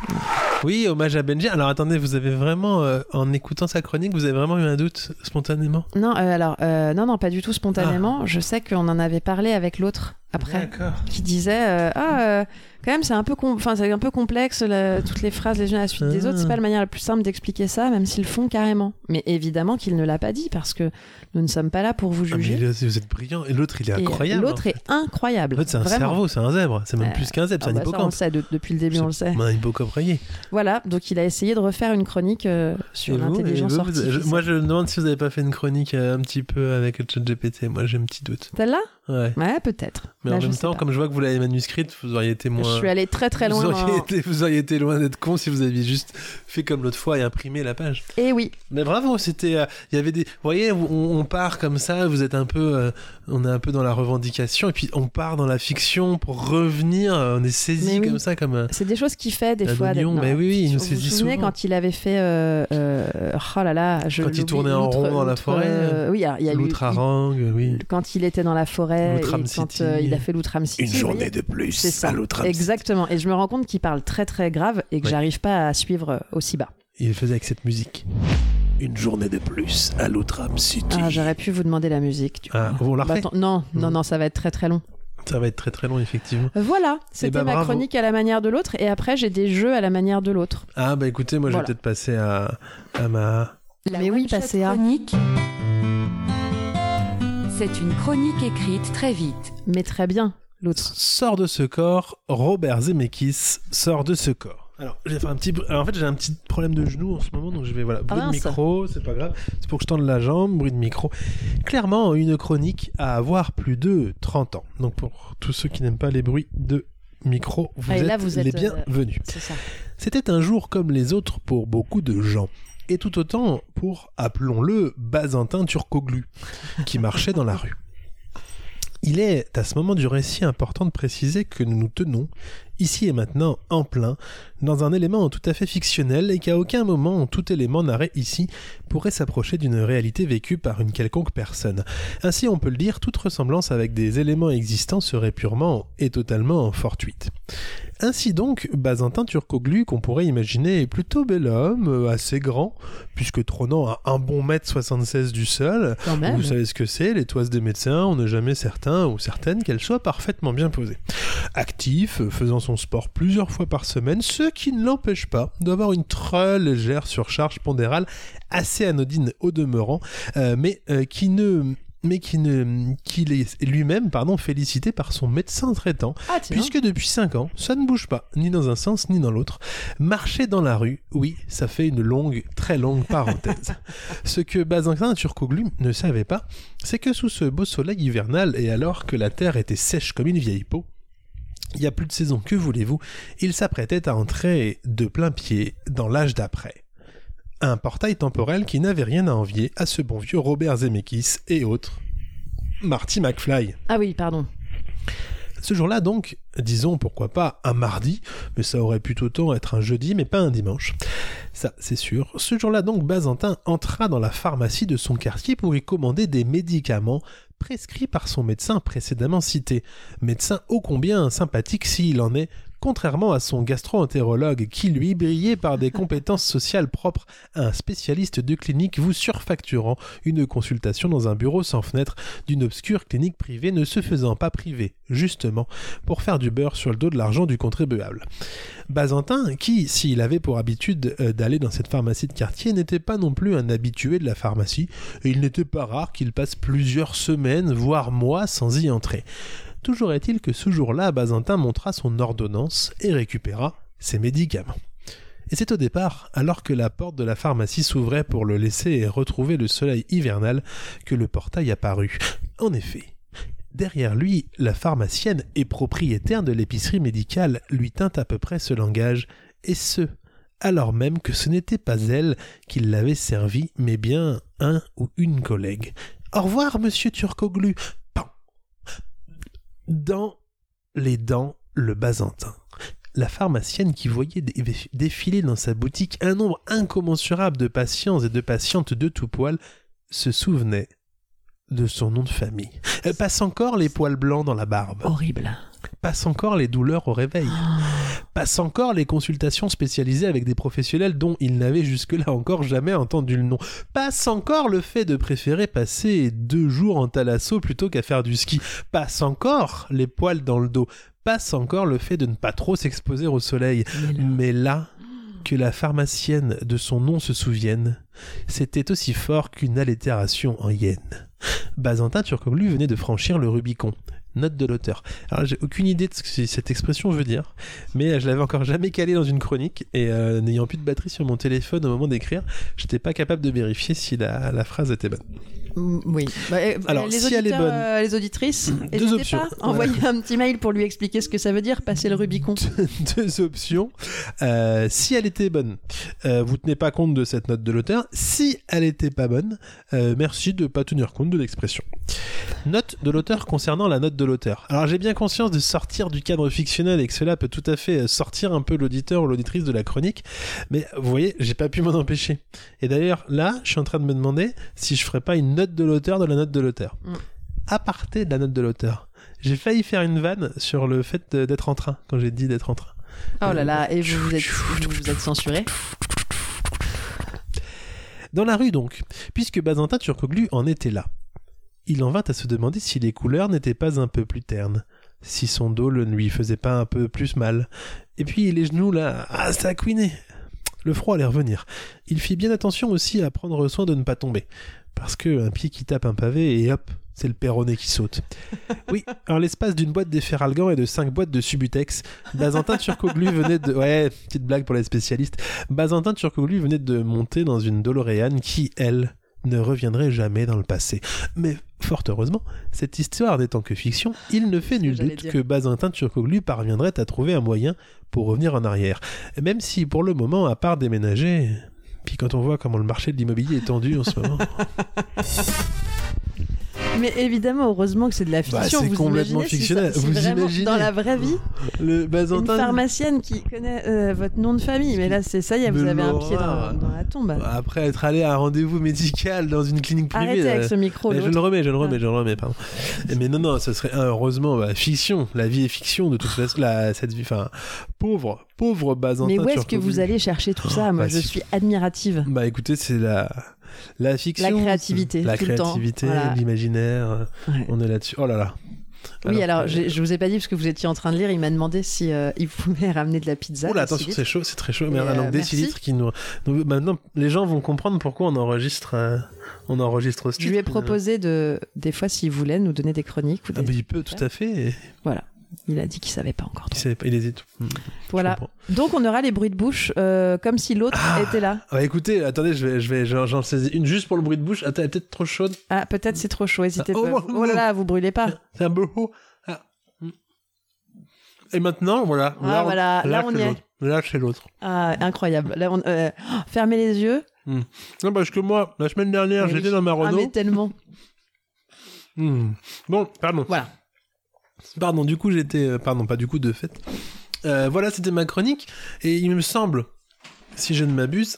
Oui, hommage à Benji. Alors attendez, vous avez vraiment, euh, en écoutant sa chronique, vous avez vraiment eu un doute spontanément non euh, alors euh, non non pas du tout spontanément je sais qu'on en avait parlé avec l'autre après Ah. D'accord. qui disait euh, ah euh, quand même c'est un peu com- enfin c'est un peu complexe la- toutes les phrases les unes à la suite des Ah. autres c'est pas la manière la plus simple d'expliquer ça même s'ils le font carrément mais évidemment qu'il ne l'a pas dit parce que nous ne sommes pas là pour vous Ah, mais juger là, vous êtes brillant. Et l'autre, il est Et incroyable. hein. l'autre est incroyable En fait, c'est un Vraiment. cerveau, c'est un zèbre. C'est même Euh, plus qu'un zèbre, Ah c'est un bah ça, on le hippocampe. sait, de- depuis le début on le sait un hippocampe rayé. voilà donc il a essayé de refaire une chronique euh, Et sur vous, l'intelligence et vous, vous- je- artificielle moi, je me demande si vous n'avez pas fait une chronique euh, un petit peu avec le chat GPT. Moi, j'ai un petit doute. celle-là Ouais. Ouais, peut-être. Mais Là, en Bah, je même sais temps, pas. comme je vois que vous l'avez manuscrite, vous auriez été moins. Je suis allée très très loin. Vous auriez, dans- été, vous auriez été loin d'être con si vous aviez juste fait comme l'autre fois et imprimé la page. Eh oui. Mais bravo, c'était. euh, Il y avait des. Vous voyez, on, on part comme ça. Vous êtes un peu. euh, on est un peu dans la revendication et puis on part dans la fiction pour revenir. euh, On est saisi Mais oui. comme ça, comme. euh, un- C'est des choses qu'il fait des Adam fois. d'être- Lyon, non, mais oui, oui, il nous vous vous saisit souvenez souvent. quand il avait fait. euh, euh, oh là là, je Quand il l'oublie, tournait en l'outre- rond dans la l'outre- forêt, euh, oui, alors, il y a eu. L'outre-harangue, oui. Quand il était dans la forêt, et L'Outram quand City. euh, il a fait l'Outram City. Une vous journée voyez, de plus. C'est ça. à l'Outram City. Exactement. Et je me rends compte qu'il parle très très grave et que Ouais. j'arrive pas à suivre euh, aussi bas. Il le faisait avec cette musique. Une journée de plus à l'Outram City. Ah, j'aurais pu vous demander la musique. du coup. Ah, on la Bah, refait attends, non, non, Mhm. non, ça va être très très long. Ça va être très très long, effectivement. Voilà, c'était bah, ma bravo. chronique à la manière de l'autre et après j'ai des jeux à la manière de l'autre. Ah, bah écoutez, moi je Voilà. vais peut-être passer à, à ma. Mais oui, passer à. Chronique. C'est une chronique écrite très vite. Mais très bien, l'autre. Sort de ce corps, Robert Zemeckis sort de ce corps. Alors, j'ai fait un petit. br- Alors, en fait, j'ai un petit problème de genou en ce moment, donc je vais. Voilà, bruit de mince. micro, c'est pas grave. C'est pour que je tende la jambe, bruit de micro. Clairement, une chronique à avoir plus de 30 ans. Donc, pour tous ceux qui n'aiment pas les bruits de micro, vous, Ah, et êtes, là, vous êtes, les euh, bienvenus. C'est ça. C'était un jour comme les autres pour beaucoup de gens. Et tout autant pour, appelons-le, Bazentin Turcoglu, qui marchait dans la rue. Il est à ce moment du récit important de préciser que nous nous tenons, ici et maintenant, en plein, dans un élément tout à fait fictionnel et qu'à aucun moment tout élément narré ici pourrait s'approcher d'une réalité vécue par une quelconque personne. Ainsi, on peut le dire, toute ressemblance avec des éléments existants serait purement et totalement fortuite. Ainsi donc, Bazentin Turcoglu, qu'on pourrait imaginer, est plutôt bel homme, euh, assez grand, puisque trônant à un bon mètre 76 du sol. Quand même. Vous savez ce que c'est, les toises des médecins, on n'est jamais certain ou certaine qu'elles soient parfaitement bien posées. Actif, euh, faisant son sport plusieurs fois par semaine, ce qui ne l'empêche pas d'avoir une très légère surcharge pondérale, assez anodine au demeurant, euh, mais euh, qui ne mais qui ne qu'il est lui-même pardon félicité par son médecin traitant Ah, tiens. Puisque depuis 5 ans, ça ne bouge pas, ni dans un sens ni dans l'autre. Marcher dans la rue, oui, ça fait une longue, très longue parenthèse. ce que Bazentin Turcoglu ne savait pas, c'est que sous ce beau soleil hivernal, et alors que la terre était sèche comme une vieille peau, il n'y a plus de saison, que voulez-vous, il s'apprêtait à entrer de plein pied dans l'âge d'après. Un portail temporel qui n'avait rien à envier à ce bon vieux Robert Zemeckis et autres. Marty McFly. Ah oui, pardon. Ce jour-là, donc, disons pourquoi pas un mardi, mais ça aurait pu autant être un jeudi, mais pas un dimanche. Ça, c'est sûr. Ce jour-là, donc, Bazentin entra dans la pharmacie de son quartier pour y commander des médicaments prescrits par son médecin précédemment cité. Médecin ô combien sympathique s'il en est, contrairement à son gastro-entérologue qui, lui, brillait par des compétences sociales propres à un spécialiste de clinique vous surfacturant une consultation dans un bureau sans fenêtre d'une obscure clinique privée ne se faisant pas privée, justement, pour faire du beurre sur le dos de l'argent du contribuable. Bazentin, qui, s'il avait pour habitude euh, d'aller dans cette pharmacie de quartier, n'était pas non plus un habitué de la pharmacie, et il n'était pas rare qu'il passe plusieurs semaines, voire mois, sans y entrer. Toujours est-il que ce jour-là, Bazentin montra son ordonnance et récupéra ses médicaments. Et c'est au départ, alors que la porte de la pharmacie s'ouvrait pour le laisser et retrouver le soleil hivernal, que le portail apparut. En effet, derrière lui, la pharmacienne et propriétaire de l'épicerie médicale lui tint à peu près ce langage, et ce, alors même que ce n'était pas elle qui l'avait servi, mais bien un ou une collègue. Au revoir, monsieur Turcoglu. Pan. Dans les dents, le Bazantin. La pharmacienne qui voyait dé- défiler dans sa boutique un nombre incommensurable de patients et de patientes de tout poil se souvenait de son nom de famille. Euh, Passe encore les poils blancs dans la barbe. Oh, Horrible. Passe encore les douleurs au réveil. Passe encore les consultations spécialisées avec des professionnels dont il n'avait jusque-là encore jamais entendu le nom. Passe encore le fait de préférer passer deux jours en thalasso plutôt qu'à faire du ski. Passe encore les poils dans le dos. Passe encore le fait de ne pas trop s'exposer au soleil. Mais là, que la pharmacienne de son nom se souvienne, c'était aussi fort qu'une allitération en hyène. Bazantin Turcoglu venait de franchir le Rubicon. Note de l'auteur. Alors j'ai aucune idée de ce que cette expression veut dire, mais euh, je l'avais encore jamais calée dans une chronique et euh, n'ayant plus de batterie sur mon téléphone au moment d'écrire, j'étais pas capable de vérifier si la, la phrase était bonne. Mm, Oui. Bah, euh, eh, Alors, les si elle est auditeurs, bonne, Hmm, euh, les auditrices, n'hésitez options. pas. Voilà. Envoyez un petit mail pour lui expliquer ce que ça veut dire passer le Rubicon. deux options. Euh, si elle était bonne, euh, vous tenez pas compte de cette note de l'auteur. Si elle était pas bonne, euh, merci de pas tenir compte de l'expression. Note de l'auteur concernant la note de l'auteur. Alors j'ai bien conscience de sortir du cadre fictionnel et que cela peut tout à fait euh, sortir un peu l'auditeur ou l'auditrice de la chronique, mais vous voyez, j'ai pas pu m'en empêcher. Et d'ailleurs là, je suis en train de me demander si je ferais pas une note de l'auteur de la note de l'auteur. Mm. Aparté de la note de l'auteur. J'ai failli faire une vanne sur le fait de- d'être en train, quand j'ai dit d'être en train. Oh là là, et vous vous êtes, vous vous êtes censuré. Dans la rue donc, puisque Bazantin Turcoglu en était là. Il en vint à se demander si les couleurs n'étaient pas un peu plus ternes, si son dos ne lui faisait pas un peu plus mal. Et puis les genoux là, ah ça a couiné. Le froid allait revenir. Il fit bien attention aussi à prendre soin de ne pas tomber, parce que un pied qui tape un pavé et hop, c'est le perronnet qui saute. Oui, en l'espace d'une boîte d'efferalgan et de cinq boîtes de Subutex, Bazantin Turcoglu venait de... Ouais, petite blague pour les spécialistes. Bazantin Turcoglu venait de monter dans une Doloréane qui, elle, ne reviendrait jamais dans le passé. Mais fort heureusement, cette histoire n'étant que fiction, il ne fait nul j'allais doute dire. que Bazantin Turcoglu parviendrait à trouver un moyen pour revenir en arrière. Même si, pour le moment, à part déménager... Puis quand on voit comment le marché de l'immobilier est tendu en ce moment, Mais évidemment, heureusement que c'est de la Bah, fiction. c'est vous complètement imaginez si fictionnel. ça- si Vous vraiment, imaginez Dans la vraie vie, le une Bazantin... pharmacienne qui connaît euh, votre nom de famille. Mais là, c'est ça y est, vous Mais avez un pied l'horreur. dans, dans la tombe. Après être allé à un rendez-vous médical dans une clinique privée... Arrêtez euh, avec ce micro. Mais je le l'autre. remets, je le Ah. remets, je le remets, pardon. Mais non, non, ce serait ah, heureusement bah, fiction. La vie est fiction de toute façon. La, cette vie, enfin, pauvre, pauvre Bazantin. Mais où est-ce que Turcoglu. vous allez chercher tout ça Moi, bah, je si- suis admirative. Bah écoutez, c'est la, la fiction. La créativité, La tout le temps. créativité, Voilà. l'imaginaire. euh, Ouais. On est là-dessus. Oh là euh, là. Oui, alors, que- j'ai- je vous ai pas dit parce que vous étiez en train de lire. Il m'a demandé si euh, il pouvait ramener de la pizza. Oula, de six attention, litres. c'est chaud, c'est très chaud. Mais, Merde, euh, donc des merci. litres qui nous. nous- Maintenant, les gens vont comprendre pourquoi on enregistre, euh, on enregistre ce Je lui ai titre. proposé de, des fois, s'il voulait, nous donner des chroniques ou Ah, des. bah, il peut, tout à fait. et Il a dit qu'il savait pas encore. Il, savait pas, il hésite. Hmm, je Voilà. comprends. Donc, on aura les bruits de bouche, euh, comme si l'autre était là. Ah, écoutez, attendez, je vais, je vais, j'en j'en saisis une juste pour le bruit de bouche. Attends, elle est peut-être trop chaude. Ah, peut-être c'est trop chaud. Hésitez Ah, oh, pas. oh, Oh là là, vous brûlez pas. C'est un beau haut. Ah. Et maintenant, voilà. Ah, voilà. Là, on c'est y est. l'autre. Là, c'est l'autre. Ah, incroyable. Là, on- euh, oh, fermez les yeux. Non, parce que moi, la semaine dernière, Oui. j'étais dans ma Ah, mais Renault. tellement. Hmm. Bon, pardon. Voilà. Pardon, du coup, j'étais. euh, Pardon, pas du coup, de fait. Euh, voilà, c'était ma chronique. Et il me semble, si je ne m'abuse,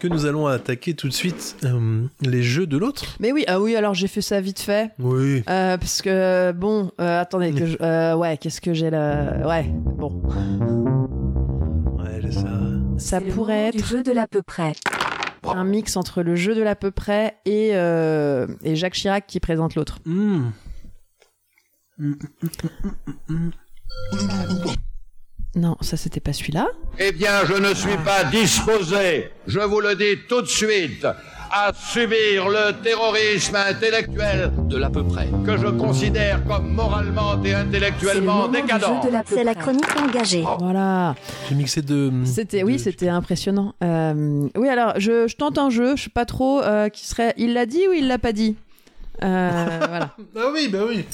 que nous allons attaquer tout de suite euh, les jeux de l'autre. Mais oui, ah oui, alors j'ai fait ça vite fait. Oui. Euh, parce que bon, euh, attendez que je, euh, ouais, qu'est-ce que j'ai là Ouais, bon, Ouais, j'ai ça. ça C'est le pourrait moment être Du jeu de l'à peu près. un mix entre le jeu de l'à peu près et euh, et Jacques Chirac qui présente l'autre. Hmm. Non, ça c'était pas celui-là. Eh bien, je ne suis pas disposé, je vous le dis tout de suite, à subir le terrorisme intellectuel de l'à peu près. que je considère comme moralement et C'est le moment intellectuellement du jeu décadent. de l'à peu C'est la près. chronique engagée. Voilà. J'ai mixé hum, de. C'était de- oui, c'était impressionnant. Euh, oui, alors je, je tente un jeu, je sais pas trop euh, qui serait. Il l'a dit ou il l'a pas dit Euh, Voilà. Ah oui, bah oui.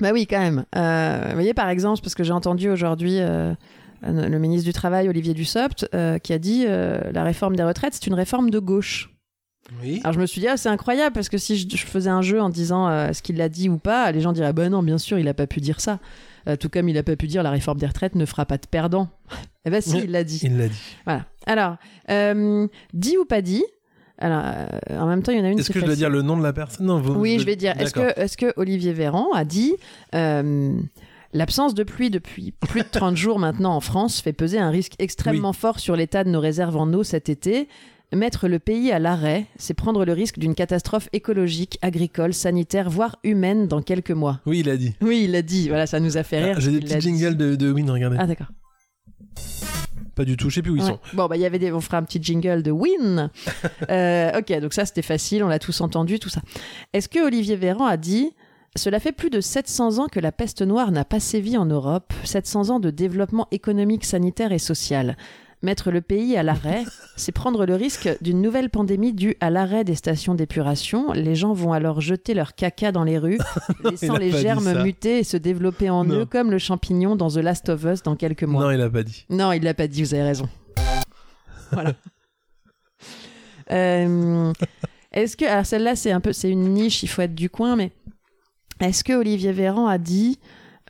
Bah oui, quand même. Euh, vous voyez, par exemple, parce que j'ai entendu aujourd'hui euh, le ministre du Travail, Olivier Dussopt, euh, qui a dit euh, la réforme des retraites, c'est une réforme de gauche. Oui. Alors je me suis dit, ah, c'est incroyable, parce que si je, je faisais un jeu en disant euh, ce qu'il l'a dit ou pas, les gens diraient, bah non, bien sûr, il a pas pu dire ça. Euh, tout comme il a pas pu dire la réforme des retraites ne fera pas de perdant. eh ben si, Oui. il l'a dit. Il l'a dit. Voilà. Alors, euh, dit ou pas dit Alors, euh, en même temps, il y en a une Est-ce qui que je fait- dois dire le nom de la personne Non, vous- oui, je vais dire. Est-ce D'accord. que, est que Olivier Véran a dit euh, l'absence de pluie depuis plus de 30 jours maintenant en France fait peser un risque extrêmement fort sur l'état de nos réserves en eau cet été Mettre le pays à l'arrêt, c'est prendre le risque d'une catastrophe écologique, agricole, sanitaire, voire humaine dans quelques mois. Oui, il a dit. Oui, il l'a dit. Voilà, ça nous a fait rire. Ah, J'ai des Il l'a petits dit. jingles de, de Win, regardez. Ah d'accord. Pas du tout, je sais plus où ils Ouais. sont. Bon, bah, il y avait des. On fera un petit jingle de win. Euh, ok, donc ça, c'était facile, on l'a tous entendu, tout ça. Est-ce que Olivier Véran a dit. Cela fait plus de 700 ans que la peste noire n'a pas sévi en Europe, 700 ans de développement économique, sanitaire et social. Mettre le pays à l'arrêt, c'est prendre le risque d'une nouvelle pandémie due à l'arrêt des stations d'épuration. Les gens vont alors jeter leur caca dans les rues, il laissant a les pas dit germes ça. muter et se développer en Non. eux comme le champignon dans The Last of Us dans quelques mois. Non, il a pas dit. Non, il l'a pas dit, vous avez raison. Voilà. Euh, est-ce que. Alors, celle-là, c'est un peu. C'est une niche, il faut être du coin, mais. Est-ce que Olivier Véran a dit.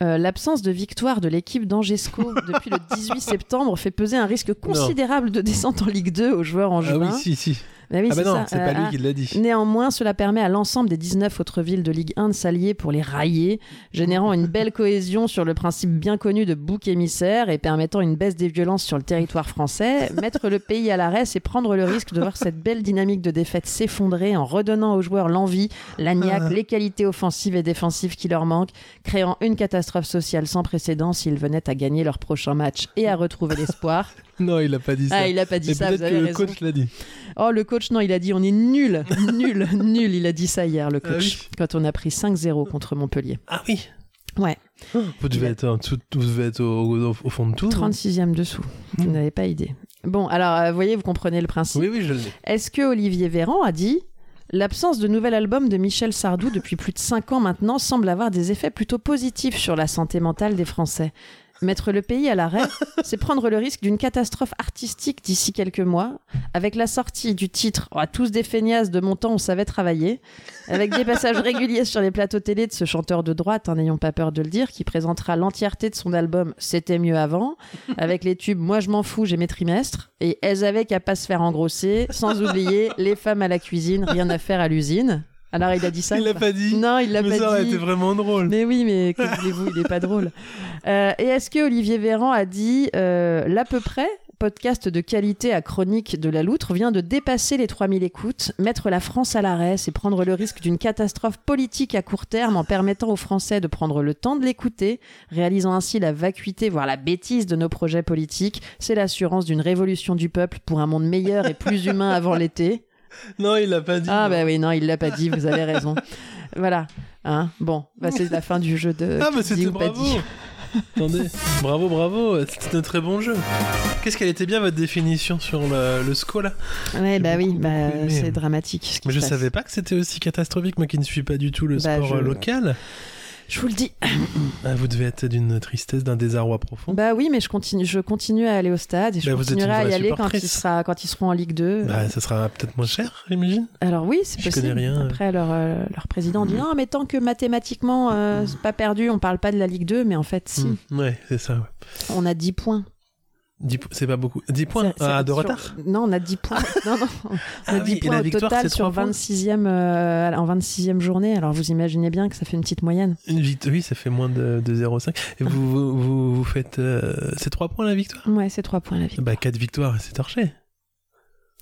euh, L'absence de victoire de l'équipe d'Angesco depuis le 18 septembre fait peser un risque considérable de descente en Ligue 2 aux joueurs en Ah juin. oui, si, si. Bah oui, ah bah c'est non, ça. c'est Euh, pas ah. lui qui l'a dit. Néanmoins, cela permet à l'ensemble des 19 autres villes de Ligue 1 de s'allier pour les railler, générant une belle cohésion sur le principe bien connu de bouc émissaire et permettant une baisse des violences sur le territoire français. Mettre le pays à l'arrêt, c'est prendre le risque de voir cette belle dynamique de défaite s'effondrer en redonnant aux joueurs l'envie, Ah. l'agnac, les qualités offensives et défensives qui leur manquent, créant une catastrophe sociale sans précédent s'ils venaient à gagner leur prochain match et à retrouver l'espoir. Non, il a pas dit Ah, ça. il a pas dit Mais ça, Peut-être vous avez que le raison. coach l'a dit. Oh, le coach, non, il a dit on est nul, nul, nul. Il a dit ça hier, le coach, quand on a pris 5-0 contre Montpellier. Ah oui Ouais. Vous devez être, en dessous de- vous devez être au, au- au fond de tout. non 36e dessous. Vous n'avez pas idée. Bon, alors, euh, vous voyez, vous comprenez le principe. Oui, oui, je l'ai. Est-ce que Olivier Véran a dit L'absence de nouvel album de Michel Sardou depuis plus de 5 ans maintenant semble avoir des effets plutôt positifs sur la santé mentale des Français. Mettre le pays à l'arrêt, c'est prendre le risque d'une catastrophe artistique d'ici quelques mois, avec la sortie du titre à tous des feignasses de mon temps on savait travailler, avec des passages réguliers sur les plateaux télé de ce chanteur de droite, hein, n'ayons pas peur de le dire, qui présentera l'entièreté de son album C'était mieux avant, avec les tubes Moi je m'en fous, j'ai mes trimestres, et Elles avaient qu'à pas se faire engrosser, sans oublier Les femmes à la cuisine, rien à faire à l'usine. Alors il a dit ça Il l'a quoi pas dit. Non, il l'a Mais pas ça aurait dit. été vraiment drôle. Mais oui, mais que voulez-vous, il est pas drôle. Euh, et est-ce que Olivier Véran a dit euh, l'à peu près podcast de qualité à chronique de la loutre vient de dépasser les 3000 écoutes. Mettre la France à l'arrêt, c'est prendre le risque d'une catastrophe politique à court terme en permettant aux Français de prendre le temps de l'écouter, réalisant ainsi la vacuité, voire la bêtise de nos projets politiques. C'est l'assurance d'une révolution du peuple pour un monde meilleur et plus humain avant l'été. Non, il l'a pas dit. Ah bah oui, non, il l'a pas dit, vous avez raison. Voilà. Hein bon, bah, c'est la fin du jeu de... Ah, qui mais dit c'était Euh, ou pas bravo. dit. Attendez, bravo, bravo, c'était un très bon jeu. Qu'est-ce qu'elle était bien votre définition sur le, le SCO là Ouais, bah oui, bah, aimé. c'est dramatique. ce qui Mais je se passe. savais pas que c'était aussi catastrophique, moi qui ne suis pas du tout le Bah, sport je- euh, local. Je vous le dis. Ah, vous devez être d'une tristesse, d'un désarroi profond. Bah oui, mais je continue, je continue à aller au stade et je Bah, vous êtes une continuerai à y vraie aller quand il supportrice. sera, quand ils seront en Ligue 2. Bah, ça sera peut-être moins cher, j'imagine. Alors oui, c'est je possible. connais rien. Mm. Après, leur, euh, leur président dit non, mais tant que mathématiquement euh, c'est pas perdu, on parle pas de la Ligue 2, mais en fait, si, Hmm, Ouais, c'est ça. ouais. on a 10 points. Dix po- C'est pas beaucoup. 10 points Ça- ah, de sur- retard Non, on a 10 points. non, non, on a Ah 10 oui, et points la au victoire, total c'est sur trois points 26e, euh, en 26e journée. Alors vous imaginez bien que ça fait une petite moyenne. Une vite, oui, ça fait moins de, de 0,5. Et vous, vous, vous, vous faites. euh, c'est 3 points la victoire Ouais, c'est 3 points la victoire. Bah, 4 victoires, c'est torché.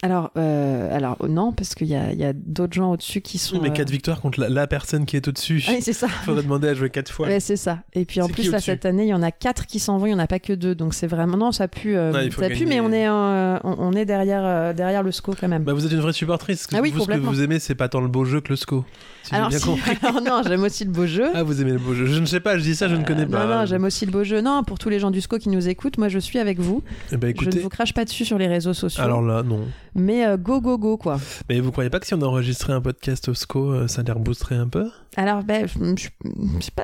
Alors, euh, alors euh, non, parce qu'il y a, il y a d'autres gens au-dessus qui sont. Oui, mais euh, 4 victoires contre la, la personne qui est au-dessus. Oui, c'est ça. Faudrait demander à jouer 4 fois. Ouais, c'est ça. Et puis en C'est qui plus, là, au-dessus cette année, il y en a 4 qui s'en vont, il n'y en a pas que 2. Donc c'est vraiment. Non, ça pue, euh, Ouais, il faut ça pue gagner. mais on est, euh, on, on est derrière, euh, derrière le SCO quand même. Bah, vous êtes une vraie supportrice. parce que Ah oui, vous, ce que complètement. vous aimez, c'est pas tant le beau jeu que le SCO. Si j'ai alors, bien si- compris. alors non, j'aime aussi le beau jeu. Ah, vous aimez le beau jeu. Je ne sais pas, je dis ça, je ne connais pas. Euh, non, non, hein. j'aime aussi le beau jeu. Non, pour tous les gens du SCO qui nous écoutent, moi je suis avec vous. Eh ben, je écoutez, ne vous crache pas dessus sur les réseaux sociaux. alors là, non. Mais euh, go, go, go, quoi. Mais vous croyez pas que si on enregistrait un podcast au SCO, euh, ça les reboosterait un peu Alors, ben, je je- je sais pas.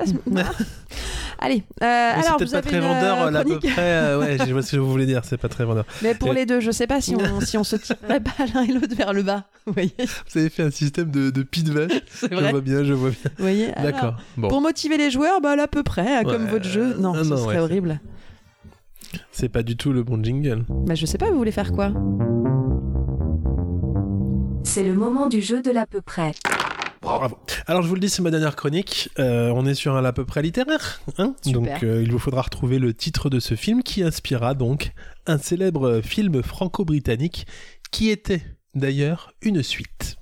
Allez, euh, alors. C'est peut-être vous pas avez très une, vendeur, euh, euh, là, à peu chronique près. euh, ouais, je vois ce que vous voulez dire, c'est pas très vendeur. Mais pour Et- les deux, je sais pas si on, si on se tirerait pas l'un et l'autre vers le bas. Vous voyez, Vous avez fait un système de, de pit vache. je vrai. vois bien, je vois bien. Vous voyez Alors, D'accord. Bon, Pour motiver les joueurs, bah, là, à peu près, Ouais, comme votre jeu. Non, euh, ce non, serait ouais, horrible. c'est pas du tout le bon jingle. Bah, je sais pas, vous voulez faire quoi C'est le moment du jeu de l'à peu près. Bravo. Alors je vous le dis, c'est ma dernière chronique. Euh, on est sur un à peu près littéraire. hein Super. donc euh, il vous faudra retrouver le titre de ce film qui inspira donc un célèbre euh, film franco-britannique qui était d'ailleurs une suite.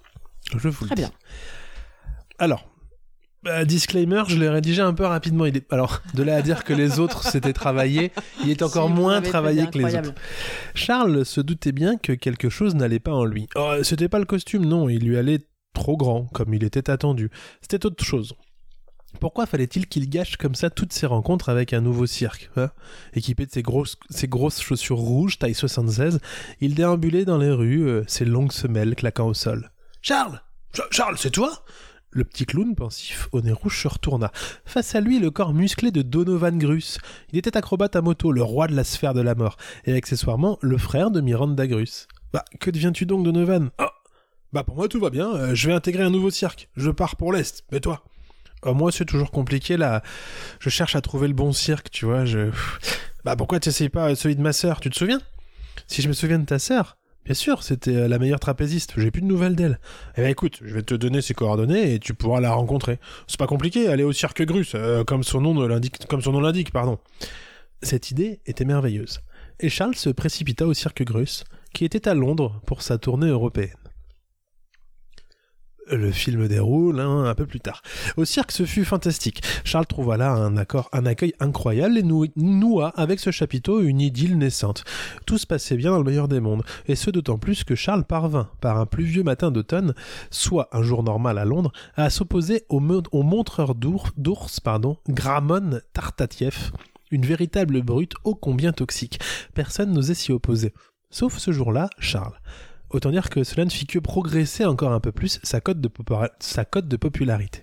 Je vous le Très dis. bien. Alors. euh, disclaimer, je l'ai rédigé un peu rapidement. Il est... Alors, de là à dire que les autres c'était travaillé, il est encore Si, vous moins avez fait travaillé des que les incroyables. autres. Charles se doutait bien que quelque chose n'allait pas en lui. Oh, c'était pas le costume, non, il lui allait trop grand, comme il était attendu. C'était autre chose. Pourquoi fallait-il qu'il gâche comme ça toutes ses rencontres avec un nouveau cirque hein Équipé de ses grosses, ses grosses chaussures rouges, taille 76, il déambulait dans les rues, euh, ses longues semelles claquant au sol. Charles Ch- Charles, c'est toi le petit clown pensif au nez rouge se retourna. Face à lui, le corps musclé de Donovan Grus. Il était acrobate à moto, le roi de la sphère de la mort, et accessoirement le frère de Miranda Grus. Bah, que deviens-tu donc, Donovan Oh Bah, pour moi, tout va bien. euh, je vais intégrer un nouveau cirque. Je pars pour l'Est. Mais toi Euh, Moi, c'est toujours compliqué, là. Je cherche à trouver le bon cirque, tu vois. Je... Bah, pourquoi t'essayes pas euh, celui de ma sœur Tu te souviens si je me souviens de ta sœur, bien sûr, c'était euh, la meilleure trapéziste, j'ai plus de nouvelles d'elle. Eh bien écoute, je vais te donner ses coordonnées et tu pourras la rencontrer. C'est pas compliqué, elle est au cirque Grus, euh, comme son nom ne l'indique, comme son nom l'indique, pardon. Cette idée était merveilleuse. Et Charles se précipita au cirque Grus, qui était à Londres pour sa tournée européenne. Le film déroule hein, un peu plus tard. Au cirque, ce fut fantastique. Charles trouva là un, accord, un accueil incroyable et nou- noua avec ce chapiteau une idylle naissante. Tout se passait bien dans le meilleur des mondes, et ce d'autant plus que Charles parvint, par un pluvieux matin d'automne, soit un jour normal à Londres, à s'opposer au, mon- au montreur d'ours, d'ours, pardon, Gramon Tartatiev, une véritable brute ô combien toxique. Personne n'osait s'y opposer. Sauf ce jour-là, Charles. Autant dire que cela ne fit que progresser encore un peu plus sa cote de, popora- sa cote de popularité.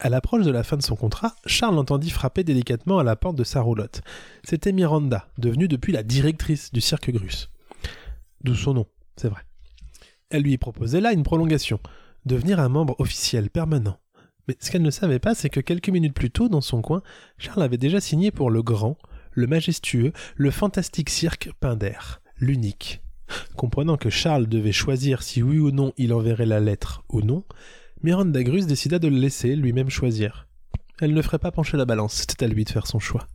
À l'approche de la fin de son contrat, Charles entendit frapper délicatement à la porte de sa roulotte. C'était Miranda, devenue depuis la directrice du cirque Grus. D'où son nom, c'est vrai. Elle lui proposait là une prolongation, devenir un membre officiel permanent. Mais ce qu'elle ne savait pas, c'est que quelques minutes plus tôt, dans son coin, Charles avait déjà signé pour le grand, le majestueux, le fantastique cirque Pinder, l'unique. Comprenant que Charles devait choisir si oui ou non il enverrait la lettre ou non, Miranda Grus décida de le laisser lui-même choisir. Elle ne ferait pas pencher la balance, c'était à lui de faire son choix.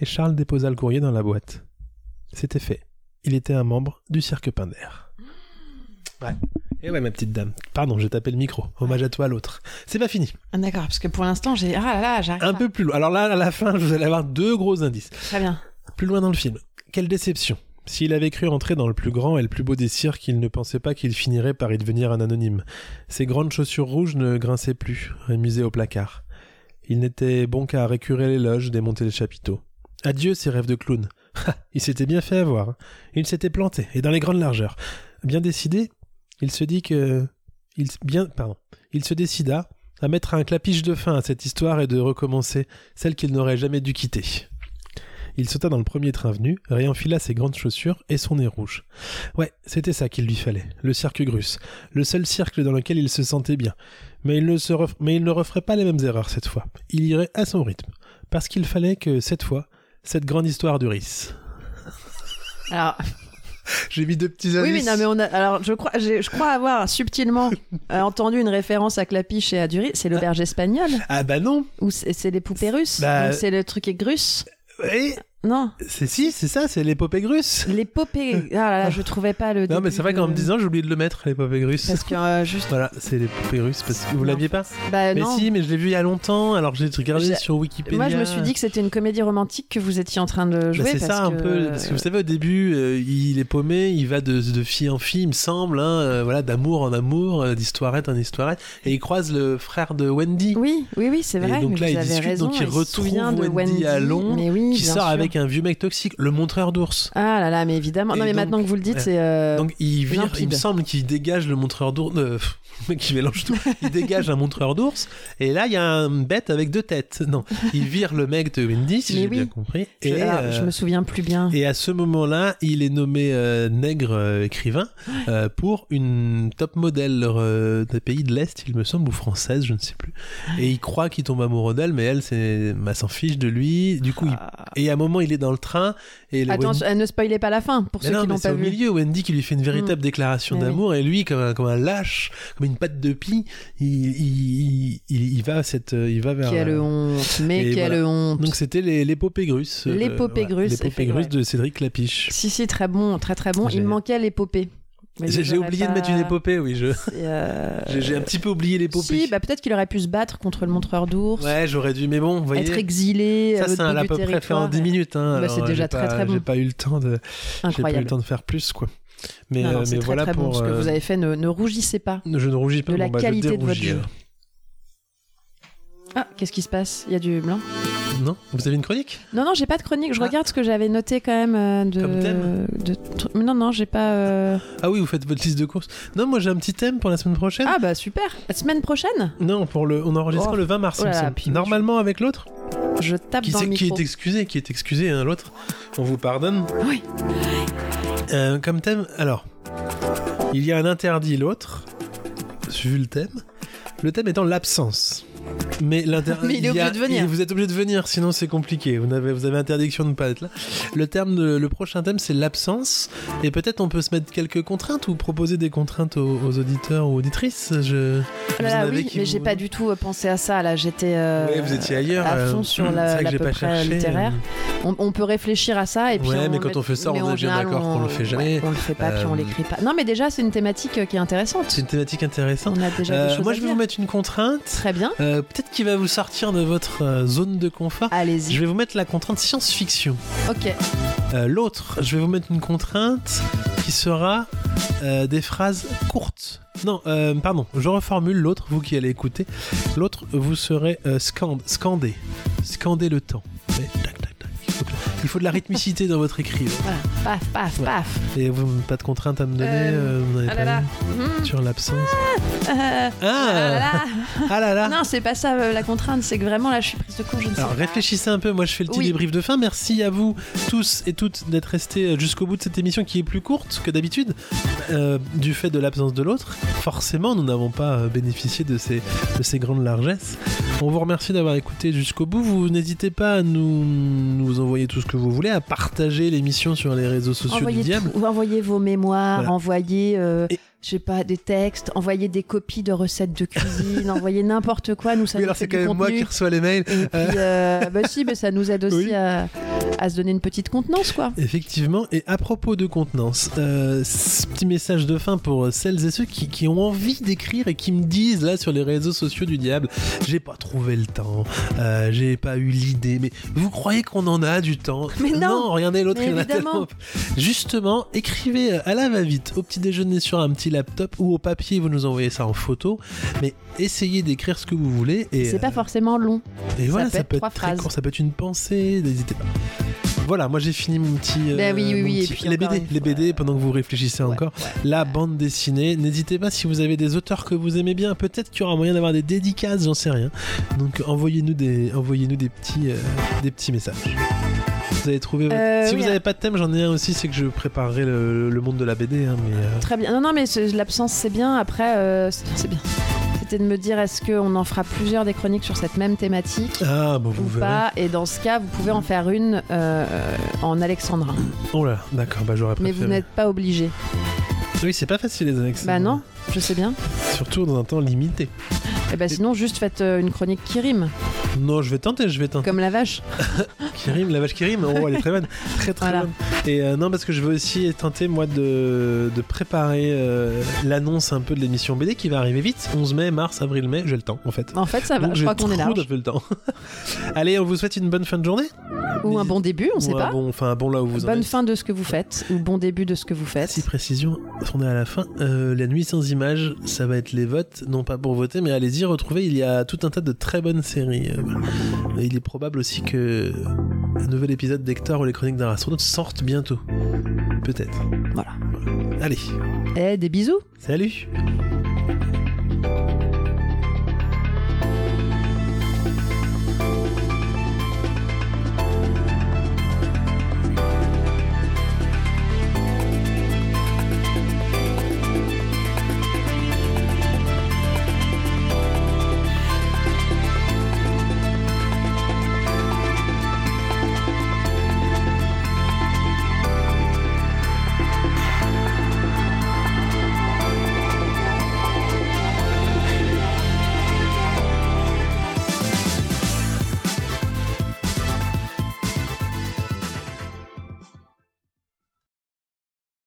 Et Charles déposa le courrier dans la boîte. C'était fait. Il était un membre du cirque Pinder. Ouais. Et ouais, ma petite dame. Pardon, j'ai tapé le micro. Hommage à toi, à l'autre. C'est pas fini. Ah, D'accord, parce que pour l'instant, j'ai. Ah là là, j'arrive. Un peu plus loin. Alors là, à la fin, vous allez avoir deux gros indices. Très bien. Plus loin dans le film. Quelle déception. S'il avait cru entrer dans le plus grand et le plus beau des cirques, il ne pensait pas qu'il finirait par y devenir un anonyme. Ses grandes chaussures rouges ne grinçaient plus, rémusées au placard. Il n'était bon qu'à récurer les loges, démonter les chapiteaux. Adieu ses rêves de clown. Ha, il s'était bien fait avoir. hein. Il s'était planté, et dans les grandes largeurs. Bien décidé, il se dit que... Il, s- bien, pardon. il se décida à mettre un clapiche de fin à cette histoire et de recommencer celle qu'il n'aurait jamais dû quitter. Il sauta dans le premier train venu, réenfila ses grandes chaussures et son nez rouge. Ouais, c'était ça qu'il lui fallait, le cirque Grus, le seul cirque dans lequel il se sentait bien. Mais il, ne se ref- mais il ne referait pas les mêmes erreurs cette fois. Il irait à son rythme. Parce qu'il fallait que, cette fois, cette grande histoire durisse. Alors, J'ai mis deux petits oui, indices. mais non, mais on a. Alors, je crois, j'ai- je crois avoir subtilement euh, entendu une référence à Clapiche et à Duris. C'est l'auberge espagnole. Ah bah non Ou c'est c'est les poupées russes. Bah- Donc c'est le truc est grusse. Oui Non. C'est si, c'est ça, c'est l'épopée Grus. L'épopée. Ah là là, je trouvais pas le. Non, début mais c'est vrai de- qu'en me disant, j'ai oublié de le mettre, l'épopée Grus. Parce que euh, juste. Voilà, c'est l'épopée Russe, parce que vous l'aviez pas Bah Mais non. si, mais je l'ai vu il y a longtemps, alors j'ai regardé J'ai- sur Wikipédia. Moi, je me suis dit que c'était une comédie romantique que vous étiez en train de Bah, jouer. c'est parce ça un que- peu, parce que vous savez, au début, euh, il est paumé, il va de, de fille en fille, il me semble, hein, euh, voilà, d'amour en amour, euh, d'histoirette en histoirette, et il croise le frère de Wendy. Oui, oui, oui, c'est vrai. et donc mais là, vous il avez discute, raison, donc il se retrouve souvient de Wendy, à Londres, mais oui, qui bien sort sûr. avec un vieux mec toxique, le montreur d'ours. Ah là là, mais évidemment. Et non, mais donc- maintenant que vous le dites, Ouais. c'est. euh, Donc il vire, il limpide. me semble qu'il dégage le montreur d'ours, euh, le mec qui mélange tout, il dégage un montreur d'ours, et là il y a un bête avec deux têtes. Non, il vire le mec de Wendy, si Mais j'ai oui. bien compris. Je, et, alors, je euh, me souviens plus bien. Et à ce moment-là, il est nommé euh, nègre euh, écrivain euh, pour une top modèle euh, d'un pays de l'Est, il me semble, ou française, je ne sais plus. Et il croit qu'il tombe amoureux d'elle, mais elle, c'est, bah, s'en fiche de lui. Du coup, il- et à un moment, il est dans le train et le Ah. Attends, Wendy- euh, ne spoilez pas la fin pour Mais ceux non, qui mais n'ont c'est pas au vu. milieu Wendy qui lui fait une véritable déclaration Mais oui. d'amour et lui comme un, comme un lâche, comme une patte de pie, il, il, il- il- il va à cette, euh, il va vers. Quelle euh, honte, mais et quelle voilà. honte. Donc c'était les- l'épopée grusse. euh, L'épopée voilà, grusse, L'épopée effectivement. grusse de Cédric Lapiche. Si, si, très bon, très très bon. J'ai- Il manquait l'épopée. Mais J'ai vous j'ai aurez oublié pas- de mettre une épopée, oui. je- Et, euh, J'ai j'ai un petit peu oublié l'épopée. Si, bah, peut-être qu'il aurait pu se battre contre le montreur d'ours, ouais, j'aurais dû, mais bon, vous voyez. être exilé. ça, à l'autre c'est bout un à du peu près fait en territoire. 10 minutes. hein, Bah, alors, c'est déjà j'ai très, pas- très bon. J'ai pas eu le temps de. J'ai pas eu le Incroyable. temps de faire plus, quoi. Mais, Non, non, euh, c'est mais très, voilà très bon, pour. ce que euh, vous avez fait, ne, ne rougissez pas. Je ne rougis pas. de la bon, bah, je qualité de votre dérougis, jeu. alors. Ah, qu'est-ce qui se passe Il y a du blanc. Non Vous avez une chronique Non, non, j'ai pas de chronique. Je regarde ce que j'avais noté quand même euh, de. Ah. Comme thème de tru- Mais Non, non, j'ai pas. euh, Ah oui, vous faites votre liste de courses. Non, moi j'ai un petit thème pour la semaine prochaine. Ah bah super. La semaine prochaine, Non, pour le, on enregistre Oh. le 20 mars. Oh il me là là, semble. puis- Normalement avec l'autre. je tape Qui, dans c'est- le qui micro. est excusé, qui est excusé, hein, l'autre. On vous pardonne. Oui. Euh, comme thème, alors, il y a un interdit, l'autre, vu le thème. Le thème étant l'absence. Mais l'interdit. Mais il est obligé de venir. Vous êtes obligé de venir, sinon c'est compliqué. Vous avez, vous avez interdiction de ne pas être là. Le, terme de, le prochain thème, c'est l'absence. Et peut-être on peut se mettre quelques contraintes ou proposer des contraintes aux, aux auditeurs ou auditrices. Je, Oh là vous en là, avez oui, qui mais vous- j'ai pas du tout euh, pensé à ça. Là, j'étais. euh, Ouais, vous étiez ailleurs. à euh, fond sur c'est la, vrai que la j'ai peu pas près cherché, euh. littéraire. On, on peut réfléchir à ça et puis. Ouais, on mais quand met- on fait ça, mais on en est bien général, d'accord qu'on le fait jamais. ouais, on le fait pas, puis on Euh, l'écrit pas. Non, mais déjà, c'est une thématique euh, qui est intéressante. C'est une thématique intéressante. On a déjà Euh, des choses moi, à je vais dire. vous mettre une contrainte. Très bien. euh, Peut-être qui va vous sortir de votre euh, zone de confort. Allez-y. Je vais vous mettre la contrainte science-fiction. Ok. Euh, L'autre, je vais vous mettre une contrainte qui sera euh, des phrases courtes. Non, euh, pardon, je reformule l'autre, vous qui allez écouter. L'autre, vous serez euh, scand- scandé. Scandé le temps. Ouais, tac, tac, tac. Il faut que- Il faut de la rythmicité dans votre écrit. Voilà. Paf, paf, Ouais. paf. Et vous n'avez pas de contrainte à me donner Euh, euh, vous n'avez ah pas là là. une Mmh. Sur l'absence. Euh, Ah, ah là là. Ah là là Non, c'est pas ça euh, la contrainte, c'est que vraiment là, je suis prise de court, je ne sais Alors pas. réfléchissez un peu, moi je fais le petit Oui. débrief de fin. Merci à vous tous et toutes d'être restés euh, jusqu'au bout de cette émission qui est plus courte que d'habitude euh, du fait de l'absence de l'autre. Forcément, nous n'avons pas euh, bénéficié de ces, de ces grandes largesses. On vous remercie d'avoir écouté jusqu'au bout. Vous n'hésitez pas à nous, nous envoyer tout ce que vous voulez, à partager l'émission sur les réseaux sociaux Envoyez du diable. tout- ou envoyez vos mémoires, Voilà. envoyez, euh, Et- je sais pas, des textes, envoyez des copies de recettes de cuisine, envoyez n'importe quoi. Nous, ça Oui, nous alors fait c'est quand du même moi contenu. qui reçois les mails. Et puis, euh, bah si, mais ça nous aide aussi Oui. à, à se donner une petite contenance, quoi. Effectivement, et à propos de contenance, euh, ce petit message de fin pour euh, celles et ceux qui, qui ont envie d'écrire et qui me disent là sur les réseaux sociaux du diable, j'ai pas trouvé le temps, euh, j'ai pas eu l'idée, mais vous croyez qu'on en a du temps Mais non regardez l'autre, Mais il y en a évidemment. tellement. Justement, écrivez euh, à la va-vite, au petit déjeuner sur un petit laptop ou au papier, vous nous envoyez ça en photo, mais essayez d'écrire ce que vous voulez. et euh, C'est pas forcément long. et Ça voilà, peut ça être peut trois être très phrases. court, ça peut être une pensée, n'hésitez pas. Voilà, moi j'ai fini mon petit. euh, Ben oui, oui, mon oui, et petit- puis les encore BD, une les BD pendant que vous réfléchissez encore. La bande dessinée. N'hésitez pas si vous avez des auteurs que vous aimez bien. Peut-être qu'il y aura moyen d'avoir des dédicaces, j'en sais rien. Donc envoyez-nous des, envoyez-nous des petits, euh, des petits messages. Vous avez trouvé. votre- Euh, si oui, vous un- n'avez pas de thème, j'en ai un aussi, c'est que je préparerai le, le monde de la BD. hein, mais euh, Très bien. Non, non, mais ce- l'absence, c'est bien. Après, euh, c'est c'est bien. C'était de me dire, est-ce qu'on en fera plusieurs des chroniques sur cette même thématique ah, bon, ou vous verrez. pas Et dans ce cas, vous pouvez en faire une euh, en alexandrin. Oh là, d'accord, bah j'aurais Mais préféré. vous n'êtes pas obligé. Oui, c'est pas facile les annexes. Bah non, je sais bien. Surtout dans un temps limité. Et bah sinon, juste faites euh, une chronique qui rime, Non, je vais tenter, je vais tenter. comme la vache. Qui rime, la vache qui rime, oh, elle est très bonne. Très très Voilà. bonne. Et euh, non, parce que je veux aussi tenter, moi, de, de préparer euh, l'annonce un peu de l'émission BD qui va arriver vite. 11 mai, mars, avril, mai, j'ai le temps en fait. En fait, ça va. Donc, je j'ai crois qu'on est trop large. un peu le temps. Allez, on vous souhaite une bonne fin de journée. Ou un bon début, on Ou sait un pas. Bon, enfin, un bon là où vous en Bonne êtes. fin de ce que vous faites, ou bon début de ce que vous Si faites. précision, on est à la fin. Euh, la nuit sans images, ça va être les votes, non pas pour voter, mais allez-y retrouver. Il y a tout un tas de très bonnes séries. Euh, voilà. Et il est probable aussi que un nouvel épisode d'Hector ou les chroniques d'un astronaute sorte bientôt. Peut-être. Voilà. Allez, Eh, des bisous salut.